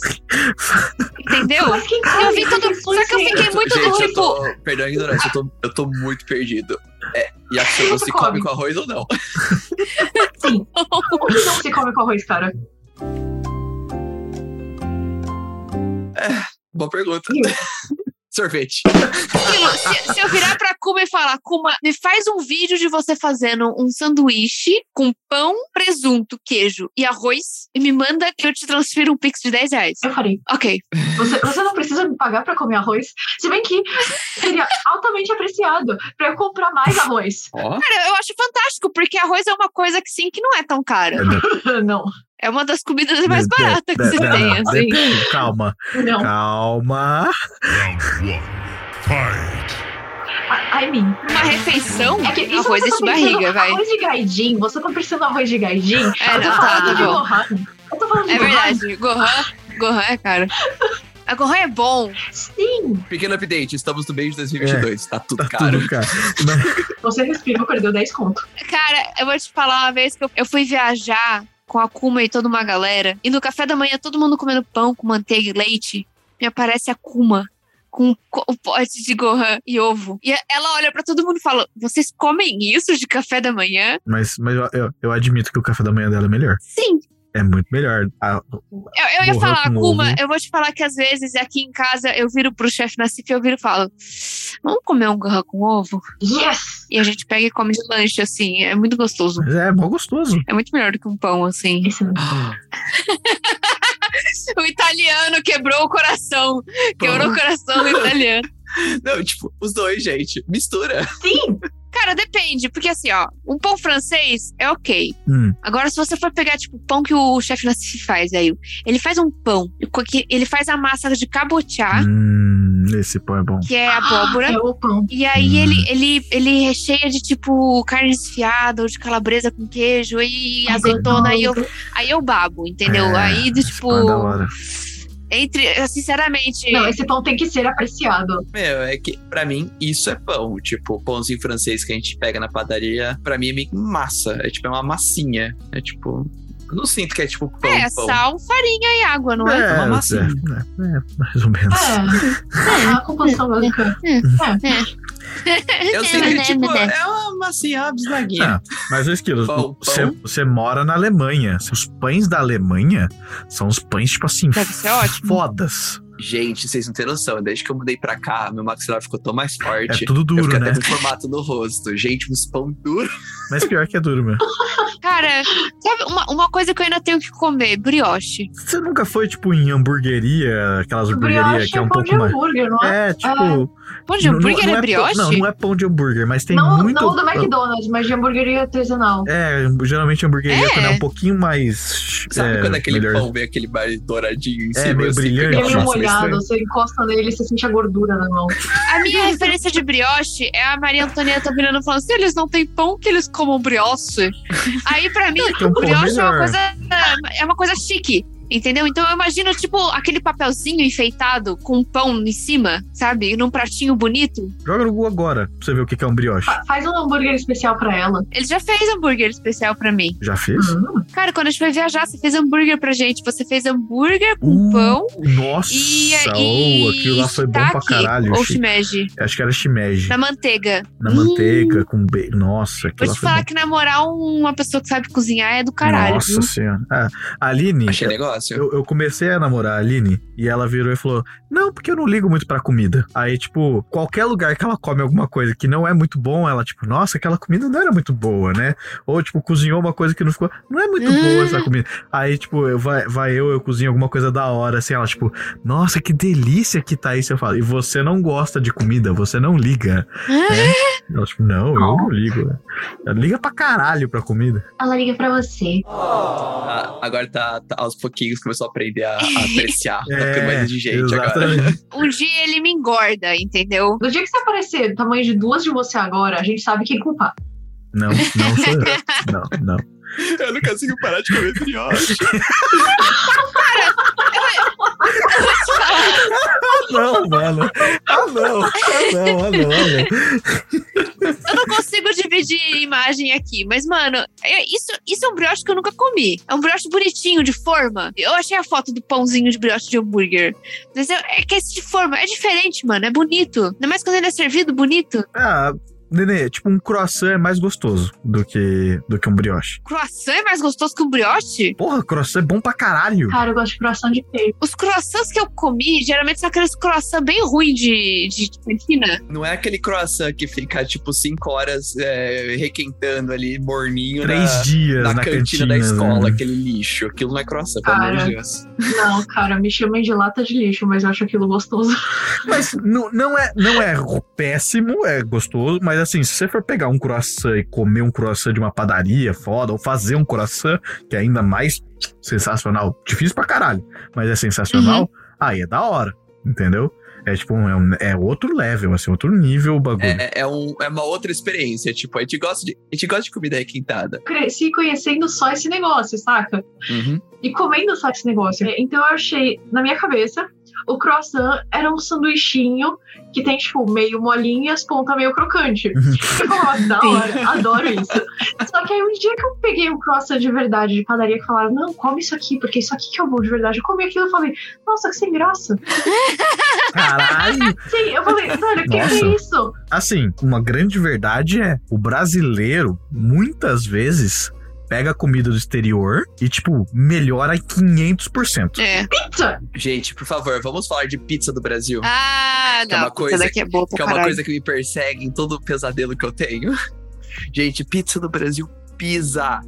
S4: Entendeu?
S5: Mas quem come?
S4: Eu vi tudo. Só que eu fiquei muito
S1: Gente,
S4: do
S1: eu
S4: tipo.
S1: tô, perdão a ignorância, eu tô, eu tô muito perdido. É, yakisoba se come com arroz ou não?
S5: Sim. O que não se come com arroz, cara?
S1: Boa pergunta. Hum. Sorvete.
S4: Aquilo, se, se eu virar pra Kuma e falar, Kuma, me faz um vídeo de você fazendo um sanduíche com pão, presunto, queijo e arroz e me manda que eu te transfiro um pix de 10 reais.
S5: Eu farei.
S4: Ok.
S5: Você, você não precisa me pagar pra comer arroz? Se bem que seria altamente apreciado pra eu comprar mais arroz.
S4: Cara, eu acho fantástico, porque arroz é uma coisa que sim que não é tão cara.
S5: não.
S4: É uma das comidas mais
S3: De- de-
S4: baratas que
S3: de-
S4: você
S3: não,
S4: tem,
S3: não,
S4: assim.
S3: depende, Calma.
S5: Não.
S3: Calma.
S5: I mean.
S4: Uma refeição?
S5: É que isso
S4: Arroz
S5: você
S4: e
S5: tá
S4: de barriga,
S5: pensando-
S4: vai.
S5: Arroz de gaijin, você tá pensando arroz de gaijin?
S4: É,
S5: eu tô
S4: não, tá,
S5: falando
S4: tá
S5: de
S4: bom.
S5: Gohan. Eu tô falando de
S4: É
S5: Gohan.
S4: verdade. Gohan, Gohan é caro. A Gohan é bom.
S5: Sim.
S1: Pequeno update, estamos no meio de 2022, tá tudo caro.
S3: Tudo, cara.
S5: Você respirou, perdeu 10 conto.
S4: Cara, eu vou te falar uma vez que eu, eu fui viajar com a Kuma e toda uma galera. E no café da manhã, todo mundo comendo pão com manteiga e leite. Me aparece a Kuma com um co- o pote de Gohan e ovo. E ela olha pra todo mundo e fala: Vocês comem isso de café da manhã?
S3: Mas, mas eu, eu, eu admito que o café da manhã dela é melhor.
S4: Sim.
S3: É muito melhor. A-
S4: Eu, eu ia
S3: Gohan
S4: falar,
S3: com
S4: Kuma,
S3: ovo.
S4: eu vou te falar que às vezes aqui em casa eu viro pro chefe na CIF e eu viro e falo: Vamos comer um Gohan com ovo?
S5: Yes!
S4: E a gente pega e come de lanche, assim. É muito gostoso.
S3: Mas é mó gostoso.
S4: É muito melhor do que um pão, assim.
S5: é
S4: o italiano quebrou o coração. Quebrou o coração do italiano.
S1: Não, tipo, os dois, gente. Mistura.
S5: Sim!
S4: Cara, depende, porque assim, ó, um pão francês é ok.
S3: Hum.
S4: Agora, se você for pegar, tipo, o pão que o chefe Nassif faz aí, ele faz um pão, co- que ele faz a massa de cabotiá,
S3: Hum, esse pão é bom.
S4: que é abóbora.
S5: É o pão.
S4: E aí
S3: Hum.
S4: ele, ele, ele recheia de tipo carne desfiada ou de calabresa com queijo e azeitona. Aí eu, aí eu babo, entendeu?
S3: Ah, É,
S4: aí, do, tipo,
S3: Pão é da hora.
S4: entre. Sinceramente.
S5: Não, é esse pão tem que ser apreciado.
S1: Meu, é que pra mim isso é pão. Tipo, pãozinho francês que a gente pega na padaria, pra mim é meio que massa. É tipo, é uma massinha. É tipo. Eu não sinto que é tipo pão.
S4: É,
S1: pão.
S4: sal, farinha e água, não é?
S1: É, uma massa.
S3: é, é, é, mais ou menos.
S4: Ah,
S5: É, a composição básica.
S1: Eu sinto que tipo, é uma massinha absnaguinha.
S3: Ah, mas o esquilo,
S1: Pão,
S3: você,
S1: pão.
S3: você mora na Alemanha. Os pães da Alemanha são os pães, tipo assim, fodas.
S1: Gente, vocês não têm noção. Desde que eu mudei pra cá, meu maxilar ficou tão mais forte.
S3: É tudo duro,
S1: eu fiquei
S3: né?
S1: até com formato no rosto. Gente, uns pão duro.
S3: Mas pior que é duro, meu.
S4: Cara, sabe uma, uma coisa que eu ainda tenho que comer? Brioche.
S3: Você nunca foi, tipo, em hamburgueria, aquelas hamburguerias que é um
S5: pão
S3: pouco
S5: de
S3: mais.
S5: hambúrguer, não é?
S3: É, tipo.
S4: Pão de
S3: não-
S4: hambúrguer
S3: não
S4: é
S3: pão-
S4: brioche?
S3: Não, não é pão de hambúrguer, mas tem
S5: Não,
S3: muito.
S5: não do McDonald's, mas de hamburgueria artesanal.
S3: É, geralmente hamburgueria
S5: É.
S3: quando é um pouquinho mais.
S1: Sabe
S3: é,
S1: quando aquele
S3: melhor.
S1: pão vem aquele mais douradinho em
S3: É,
S1: cima?
S3: meio
S1: assim,
S3: brilhante.
S1: que eu
S5: Ele
S1: acho
S5: molhado,
S1: estranho?
S5: você encosta nele e você sente a gordura na mão.
S4: A minha referência de assim, brioche é a Maria Antonieta virando e falando: se eles não têm pão, que eles comam brioche. Aí aí, pra mim,
S3: tem um
S4: o
S3: pão
S4: brioche é uma
S3: melhor.
S4: coisa. É uma coisa chique. Entendeu? Então eu imagino, tipo, aquele papelzinho enfeitado com um pão em cima, sabe? Num pratinho bonito.
S3: Joga no Google agora pra você ver o que que é um brioche.
S5: Ah.
S4: Faz um hambúrguer especial pra ela. Ele já fez hambúrguer especial pra mim.
S3: Já fez?
S5: Uhum.
S4: Cara, quando a gente foi viajar, você fez hambúrguer pra gente. Você fez hambúrguer com pão.
S3: Nossa,
S4: E-
S3: ô, aquilo lá foi bom pra
S4: shiitake
S3: caralho.
S4: ou
S3: shi-
S4: shimeji?
S3: Acho que era shimeji.
S4: Na manteiga.
S3: Na manteiga, com bacon. Nossa,
S4: Vou
S3: aquilo lá
S4: te
S3: foi
S4: falar
S3: bom.
S4: que, na moral, uma pessoa que sabe cozinhar é do caralho.
S3: Nossa
S4: viu?
S3: senhora. Ah, a Aline.
S1: Achei negócio.
S3: Eu, eu comecei a namorar a Aline e ela virou e falou: Não, porque eu não ligo muito pra comida. Aí, tipo, qualquer lugar que ela come alguma coisa que não é muito bom, ela, tipo, nossa, aquela comida não era muito boa, né? Ou, tipo, cozinhou uma coisa que não ficou. Não é muito boa essa comida. Aí, tipo, eu, vai, vai eu, eu cozinho alguma coisa da hora, assim, ela, tipo, nossa, que delícia que tá isso. Eu falo, e você não gosta de comida, você não liga. né? Ela, tipo, não, eu não ligo. Ela liga pra caralho pra comida.
S5: Ela liga pra você.
S1: Ah, agora tá, tá aos pouquinhos começou a aprender a, a apreciar. tá
S3: É,
S1: ficando mais exigente agora.
S5: exatamente.
S4: Um dia ele me engorda, entendeu?
S5: No dia que você aparecer do tamanho de duas de você agora, a gente sabe quem culpar.
S3: Não, não sou eu. Não, não.
S1: Eu não consigo parar de comer brioche.
S3: Ah, não, mano. Ah, não. Ah, não, ah, não, ah,
S4: Eu não consigo dividir imagem aqui, mas, mano, é- isso, isso é um brioche que eu nunca comi. É um brioche bonitinho, de forma. Eu achei a foto do pãozinho de brioche de hambúrguer. Mas eu- é que esse de forma é diferente, mano. É bonito. Ainda mais quando ele é servido bonito.
S3: não. Ah, Nenê, tipo, um croissant é mais gostoso do que, do que um brioche.
S4: Croissant é mais gostoso que um brioche?
S3: Porra, croissant é bom pra caralho.
S4: Cara, eu gosto de croissant de peito. Os croissants que eu comi, geralmente são aqueles croissants bem ruins de, de, de cantina.
S1: Não é aquele croissant que fica, tipo, cinco horas é, requentando ali, morninho.
S3: Três
S1: na,
S3: dias
S1: na,
S3: na
S1: cantina,
S3: cantina,
S1: da escola,
S3: né?
S1: aquele lixo. Aquilo não é croissant, pelo
S5: Cara.
S1: amor de Deus.
S5: Não, cara, me chamem de lata de lixo, mas eu acho aquilo gostoso.
S3: Mas não, não, é, não é péssimo, é gostoso, mas assim, se você for pegar um croissant e comer um croissant de uma padaria foda, ou fazer um croissant, que é ainda mais sensacional, difícil pra caralho, mas é sensacional, aí é da hora, entendeu? É tipo, um- é, um- é outro level, assim, outro nível o bagulho.
S1: É, é, um, é uma outra experiência. Tipo, a gente gosta de, a gente gosta de comida requintada.
S5: Cresci conhecendo só esse negócio, saca?
S1: Uhum.
S5: E comendo só esse negócio. Então eu achei, na minha cabeça, o croissant era um sanduichinho que tem, tipo, meio molinho e as pontas meio crocante. Eu falava, da hora, adoro isso. Só que aí um dia que eu peguei um croissant de verdade de padaria que falaram, não, come isso aqui, porque isso aqui que é o bom de verdade. Eu comi aquilo e falei, nossa, que sem graça.
S3: Caralho!
S5: Sim, eu falei, velho, o que
S3: Nossa.
S5: é isso?
S3: Assim, uma grande verdade é o brasileiro muitas vezes pega a comida do exterior e tipo melhora em 500%.
S4: É.
S5: Pizza!
S1: Gente, por favor, vamos falar de pizza do Brasil.
S4: Ah,
S1: que é
S4: não.
S1: uma coisa
S4: essa daqui é boa pra
S1: que é uma
S4: caralho.
S1: coisa que me persegue em todo o pesadelo que eu tenho. Gente, pizza do Brasil pisa.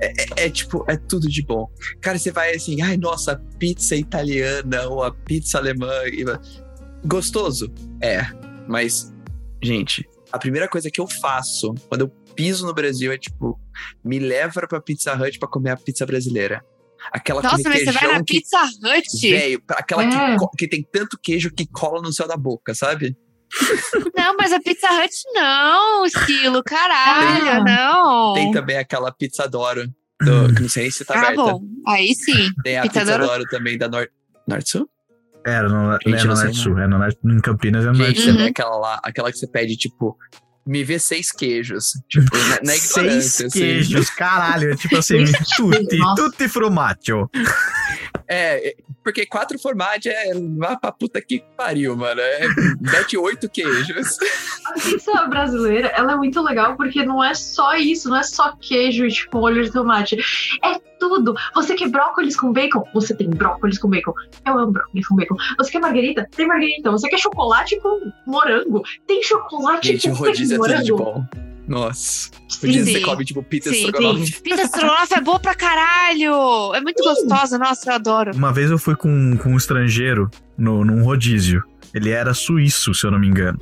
S1: É, é- é tipo, é tudo de bom. Cara, você vai assim, ai, nossa, pizza italiana ou a pizza alemã. e- Gostoso? É, mas, gente, a primeira coisa que eu faço quando eu piso no Brasil é tipo, me leva pra Pizza Hut pra comer a pizza brasileira. Aquela com
S4: Nossa, mas você vai
S1: requeijão
S4: na
S1: que
S4: Pizza Hut?
S1: Velho, pra- aquela
S4: É.
S1: que, co- que tem tanto queijo que cola no céu da boca, sabe?
S4: Não, mas a Pizza Hut não, esquilo, caralho,
S3: Ah.
S1: Tem-
S4: não.
S1: Tem também aquela pizza Doro,
S3: Hum.
S1: do, que não sei nem se tá
S4: Tá
S1: aberta.
S4: bom, aí sim.
S1: Tem a
S4: Pizza
S1: pizza
S4: Doro-
S1: Doro, também da Nor Norte Sul.
S3: Era no,
S1: Gente,
S3: é no
S1: não sei
S3: Norte
S1: não.
S3: Sul, é no Norte, em Campinas é no Norte
S1: Gente,
S3: Sul.
S4: Uhum.
S1: também aquela lá, aquela que você pede, tipo, me vê seis queijos. Tipo, na, na
S3: Seis
S1: ignorância, assim.
S3: queijos, caralho, é tipo assim, tutti,
S1: Nossa.
S3: tutti frumatio.
S1: É, é, porque quatro formagens é vá pra puta que pariu, mano. É, mete oito queijos.
S4: Tipo,
S5: A pizza brasileira, ela é muito legal porque não é só isso, não é só queijo e tipo molho de tomate. É tudo. Você quer brócolis com bacon? Você tem brócolis com bacon. Eu amo brócolis com bacon. Você quer margarita? Tem margarita. Você quer chocolate com morango? Tem chocolate
S1: Gente,
S5: com
S1: rodízio é
S5: morango.
S1: tudo de bom. Nossa.
S5: Sim,
S1: Rodízio
S5: sim.
S1: você come, tipo, pizza
S4: Sim,
S1: estrogonofe.
S4: sim. Pizza estrogonofe é boa pra caralho. É muito gostosa, nossa, eu adoro.
S3: Uma vez eu fui com, com um estrangeiro no, num rodízio. Ele era suíço, se eu não me engano.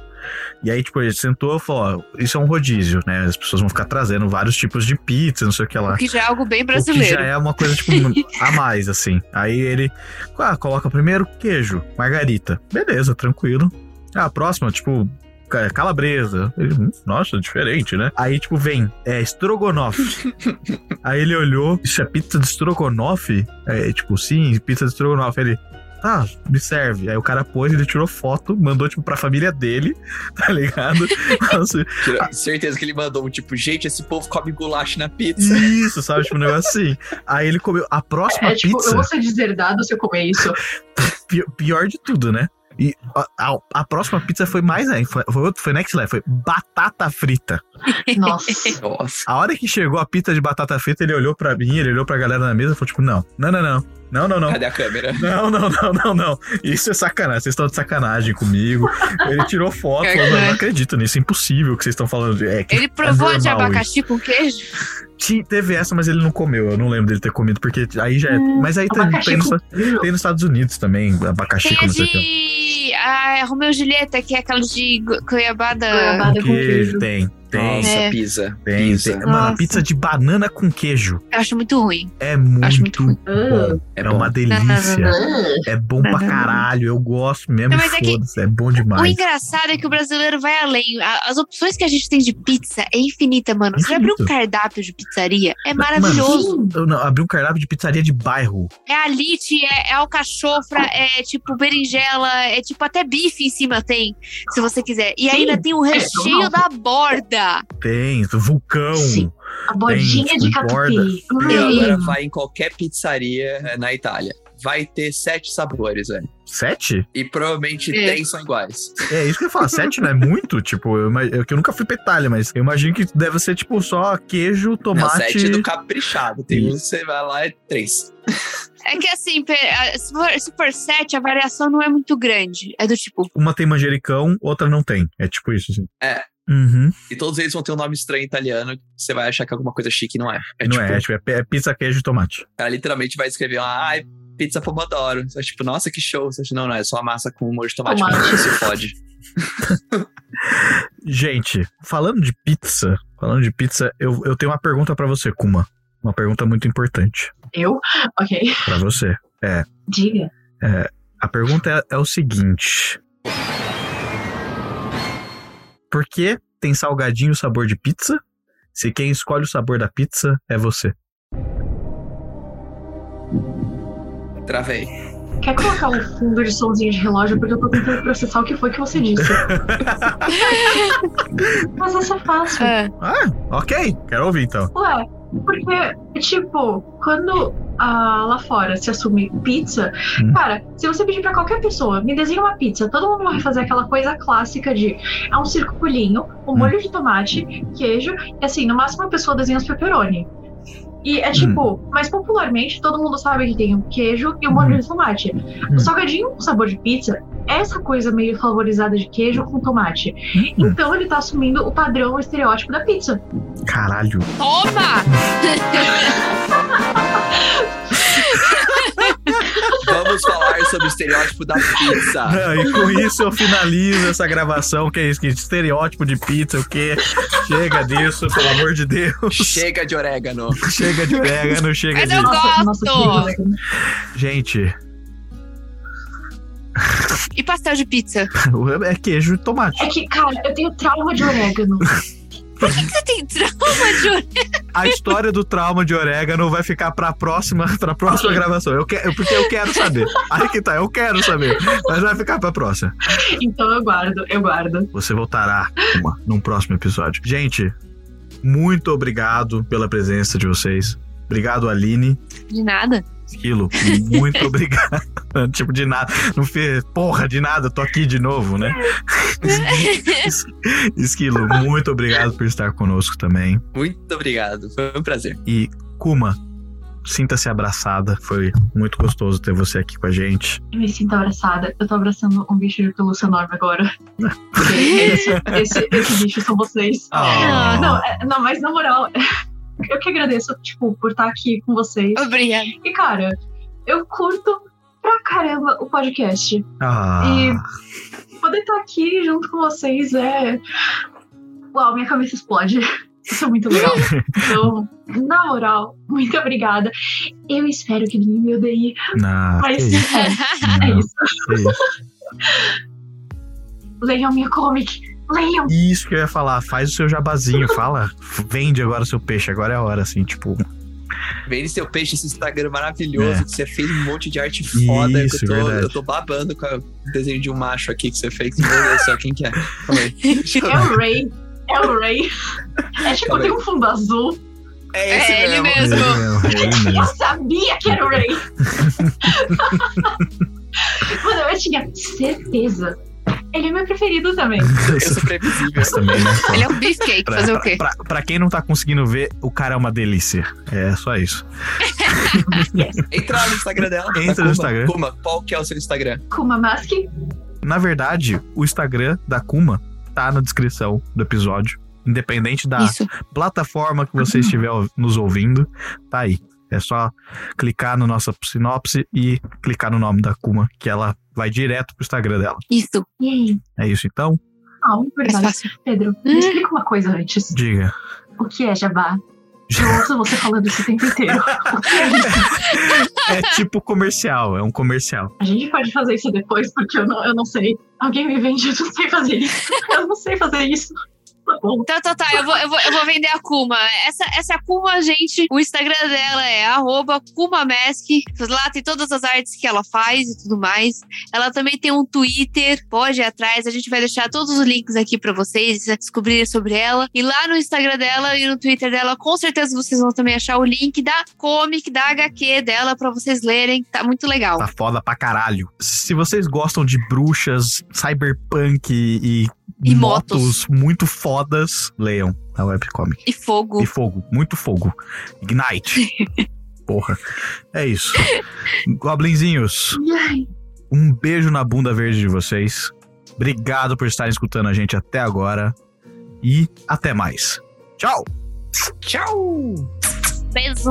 S3: E aí, tipo, ele sentou e falou: ó, Isso é um rodízio, né? As pessoas vão ficar trazendo vários tipos de pizza, não sei o que lá.
S4: O que já é algo bem
S3: O
S4: brasileiro.
S3: que já é uma coisa, tipo, a mais, assim. Aí ele ah, coloca primeiro queijo, margarita. Beleza, tranquilo. Ah, a próxima, tipo, ca- calabresa. Ele, "Hum, Nossa, diferente, né? Aí, tipo, vem, é estrogonofe. Aí ele olhou, isso é pizza de estrogonofe? É, tipo, sim, pizza de estrogonofe. Ele, tá, me serve. Aí o cara pôs, ele tirou foto, mandou, tipo, pra família dele, tá ligado? Nossa,
S1: Tira- Certeza que ele mandou um tipo, gente, esse povo come goulash na pizza.
S3: isso, sabe? Tipo, um negócio assim. Aí ele comeu a próxima
S5: É tipo,
S3: pizza.
S5: eu vou ser deserdado se eu comer isso.
S3: pi- pior de tudo, né? E a, a- a próxima pizza foi mais, né? Foi, foi, outro- foi next level, foi batata frita.
S5: Nossa.
S3: Hum.
S1: Nossa.
S3: A hora que chegou a pizza de batata frita, ele olhou pra mim, ele olhou pra galera na mesa e falou, tipo, não, não, não, não. Não, não, não.
S1: Cadê a câmera?
S3: Não, não, não, não, não. Isso é sacanagem. Vocês estão de sacanagem comigo. Ele tirou foto, falou, não, não acredito nisso, é impossível o que vocês estão falando. É, que
S4: Ele provou
S3: é
S4: de
S3: normal isso.
S4: abacaxi com queijo?
S3: Ti- Teve essa, mas ele não comeu. Eu não lembro dele ter comido, porque aí já é.
S4: Hum,
S3: mas aí tem,
S4: abacaxi
S3: tem, nos,
S4: com
S3: tem nos Estados Unidos também, abacaxi,
S4: Tem
S3: com
S4: a
S3: não sei o que.
S4: de. Ah, Romeu e Julieta, que é aquela de go- goiabada.
S3: Com queijo, tem. Tem.
S4: Nossa, É.
S1: pizza.
S3: Tem,
S1: Pizza.
S3: tem. Mano,
S4: Nossa.
S3: pizza de banana com queijo.
S4: Eu acho muito ruim.
S3: É muito,
S4: Acho
S3: bom.
S5: Ah.
S3: É,
S1: bom.
S3: uma delícia. é bom pra
S4: Não, não, não.
S3: caralho. Eu gosto mesmo.
S4: Não,
S3: e
S4: mas é que-
S3: foda-se, é, bom
S4: O
S3: demais.
S4: engraçado é que o brasileiro vai além. A- As opções que a gente tem de pizza é infinita, mano. Você abre um
S3: Infinito.
S4: cardápio de pizzaria, é
S3: Mano,
S4: maravilhoso.
S3: eu não, abri um cardápio de pizzaria de bairro.
S4: É alite, é, é alcachofra, é tipo berinjela, é tipo até bife em cima tem, se você quiser. E ainda tem o
S5: é,
S4: recheio
S5: normal.
S4: da borda.
S3: Tem, vulcão.
S5: Sim. A bordinha
S3: Tem,
S5: de
S3: tipo, borda.
S5: catupiry.
S1: E agora
S5: Hum.
S1: vai em qualquer pizzaria eh, na Itália. Vai ter sete sabores, velho.
S3: Sete?
S1: E provavelmente
S3: É.
S1: três são iguais.
S3: É isso que eu ia falar. Sete não é muito? Tipo, eu, ima- eu, que eu nunca fui pra Itália, mas eu imagino que deve ser, tipo, só queijo, tomate.
S1: Não, sete é do caprichado. Tem
S3: Sim.
S1: um que você vai lá é três.
S4: É que assim, pe- a- se for, se for sete, a variação não é muito grande. É do tipo,
S3: Uma tem manjericão, outra não tem. É tipo isso, assim.
S1: É.
S3: Uhum.
S1: E todos eles vão ter um nome estranho italiano que você vai achar que é alguma coisa chique, não é. É
S3: não
S1: tipo,
S3: é, é, tipo, é pe- é pizza, queijo e tomate.
S1: o cara literalmente vai escrever uma "Ai, pizza pomodoro. Você é tipo, nossa, que show. Você acha, não, não, é só massa com molho de tomate.
S5: Tomate.
S1: Mas se fode.
S3: Gente, falando de pizza, falando de pizza, eu, eu tenho uma pergunta pra você, Kuma. Uma pergunta muito importante
S5: Eu? Ok.
S3: Pra você. É,
S5: Diga.
S3: é, a pergunta é, é o seguinte. Por que tem salgadinho sabor de pizza? Se quem escolhe o sabor da pizza é você.
S1: Travei.
S5: Quer colocar um fundo de somzinho de relógio? Porque eu tô tentando processar o que foi que você disse. Mas essa é fácil.
S3: Ah, ok. Quero ouvir então.
S5: Ué, porque, tipo, quando ah, lá fora se assume pizza,
S15: Hum.
S5: cara, se você pedir pra qualquer pessoa, me desenha uma pizza, todo mundo vai fazer aquela coisa clássica de é um circulinho,
S15: Hum.
S5: um molho de tomate, queijo, e assim, no máximo a pessoa desenha os pepperoni. E é tipo, mas popularmente todo mundo sabe que tem o queijo e o molho de tomate.
S15: Hum. Hum.
S5: O salgadinho com sabor de pizza é essa coisa meio favorizada de queijo com tomate.
S15: Hum.
S5: Então ele tá assumindo o padrão, o estereótipo da pizza.
S3: Caralho.
S4: toma!
S1: Vamos falar sobre o estereótipo da pizza.
S3: Não, e com isso eu finalizo essa gravação, que é isso, que estereótipo de pizza, o quê? Chega disso, pelo amor de Deus.
S1: Chega de orégano.
S3: Chega de pega, não chega
S4: Mas
S3: de.
S4: eu gosto!
S5: né?
S3: Gente,
S4: E pastel de pizza?
S3: é queijo e tomate.
S5: É que, cara, eu tenho trauma de orégano.
S4: Por que, que você tem trauma de orelha?
S3: A história do trauma de orégano vai ficar pra próxima, pra próxima gravação. Eu quero, porque eu quero saber. Aí que tá, eu quero saber. Mas vai ficar pra próxima.
S5: Então eu guardo, eu guardo.
S3: Você voltará uma, num próximo episódio. Gente, muito obrigado pela presença de vocês. Obrigado, Aline.
S4: De nada.
S3: Esquilo, muito obrigado. tipo, de nada. Não fez porra de nada, eu tô aqui de novo, né? Esquilo, muito obrigado por estar conosco também.
S1: Muito obrigado. Foi um prazer.
S3: E Kuma, sinta-se abraçada. Foi muito gostoso ter você aqui com a gente.
S5: Eu me sinto abraçada. Eu tô abraçando um bicho de pelúcia enorme agora. Porque esse, esse, esse bicho são vocês.
S3: Ah.
S5: Não, é- não, mas na moral, eu que agradeço, tipo, por estar aqui com vocês.
S4: Obrigada.
S5: E, cara, eu curto pra caramba o podcast.
S3: Ah.
S5: E poder estar aqui junto com vocês é. Uau, minha cabeça explode. Isso é muito legal. Então, na moral, muito obrigada. Eu espero que ninguém me odeie.
S3: Na...
S5: Mas
S3: Ah, que isso? Ah,
S5: é, é
S3: Não,
S5: isso.
S3: que isso.
S5: Leiam minha comic. Leiam.
S3: Isso que eu ia falar. Faz o seu jabazinho, fala. Vende agora o seu peixe, agora é a hora, assim, tipo.
S1: Vende seu peixe, esse Instagram maravilhoso que você fez um monte de arte foda.
S3: É. Isso,
S1: que eu, tô,
S3: verdade.
S1: eu tô babando com o desenho de um macho aqui que você fez. Meu Deus do céu, quem que é? Calma aí.
S5: É o Ray. É o Ray. Acho que eu tenho um fundo azul.
S1: É, esse
S5: ele
S3: mesmo. É ele mesmo, é ele mesmo.
S5: Eu sabia que era o Ray. Mano, eu tinha certeza. Ele é meu preferido também.
S1: Eu sou previsível.
S3: Mas também, né?
S4: Ele é um beefcake,
S3: Pra-
S4: fazer o quê?
S3: Pra, pra quem não tá conseguindo ver, o cara é uma delícia. É só isso.
S1: Entra lá no Instagram dela.
S3: Entra
S1: da Kuma.
S3: no Instagram.
S1: Kuma, qual que é o seu Instagram?
S5: Kuma Mask.
S3: Na verdade, o Instagram da Kuma tá na descrição do episódio. Independente
S5: Tá.
S3: da
S4: Isso.
S3: plataforma que você estiver ouv- nos ouvindo, tá aí. É só clicar na nossa sinopse e clicar no nome da Kuma, que ela vai direto pro Instagram dela.
S4: Isso.
S3: É isso então?
S5: Ah, muito obrigada. Pedro, me explica uma coisa antes.
S3: Diga.
S5: O que é jabá? Eu ouço você falando isso o tempo inteiro. O que é isso?
S3: É tipo comercial, é um comercial.
S5: A gente pode fazer isso depois, porque eu não, eu não sei. Alguém me vende, eu não sei fazer isso. Eu não sei fazer isso. Tá bom.
S4: Então, tá, tá. Eu vou, eu vou, eu vou vender a Kuma. Essa, essa Kuma, gente, o Instagram dela é arroba KumaMask. Lá tem todas as artes que ela faz e tudo mais. Ela também tem um Twitter, pode ir atrás. A gente vai deixar todos os links aqui pra vocês né, descobrirem sobre ela. E lá no Instagram dela e no Twitter dela, com certeza vocês vão também achar o link da comic, da HQ dela pra vocês lerem. Tá muito legal.
S3: Tá foda pra caralho. Se vocês gostam de bruxas, cyberpunk e,
S4: E
S3: motos muito fodas, leiam a webcomic.
S4: E fogo.
S3: E fogo, muito fogo. Ignite. Porra. É isso. Goblinzinhos,
S5: Ai,
S3: um beijo na bunda verde de vocês. Obrigado por estarem escutando a gente até agora. E até mais. Tchau!
S1: Tchau!
S4: Beijo!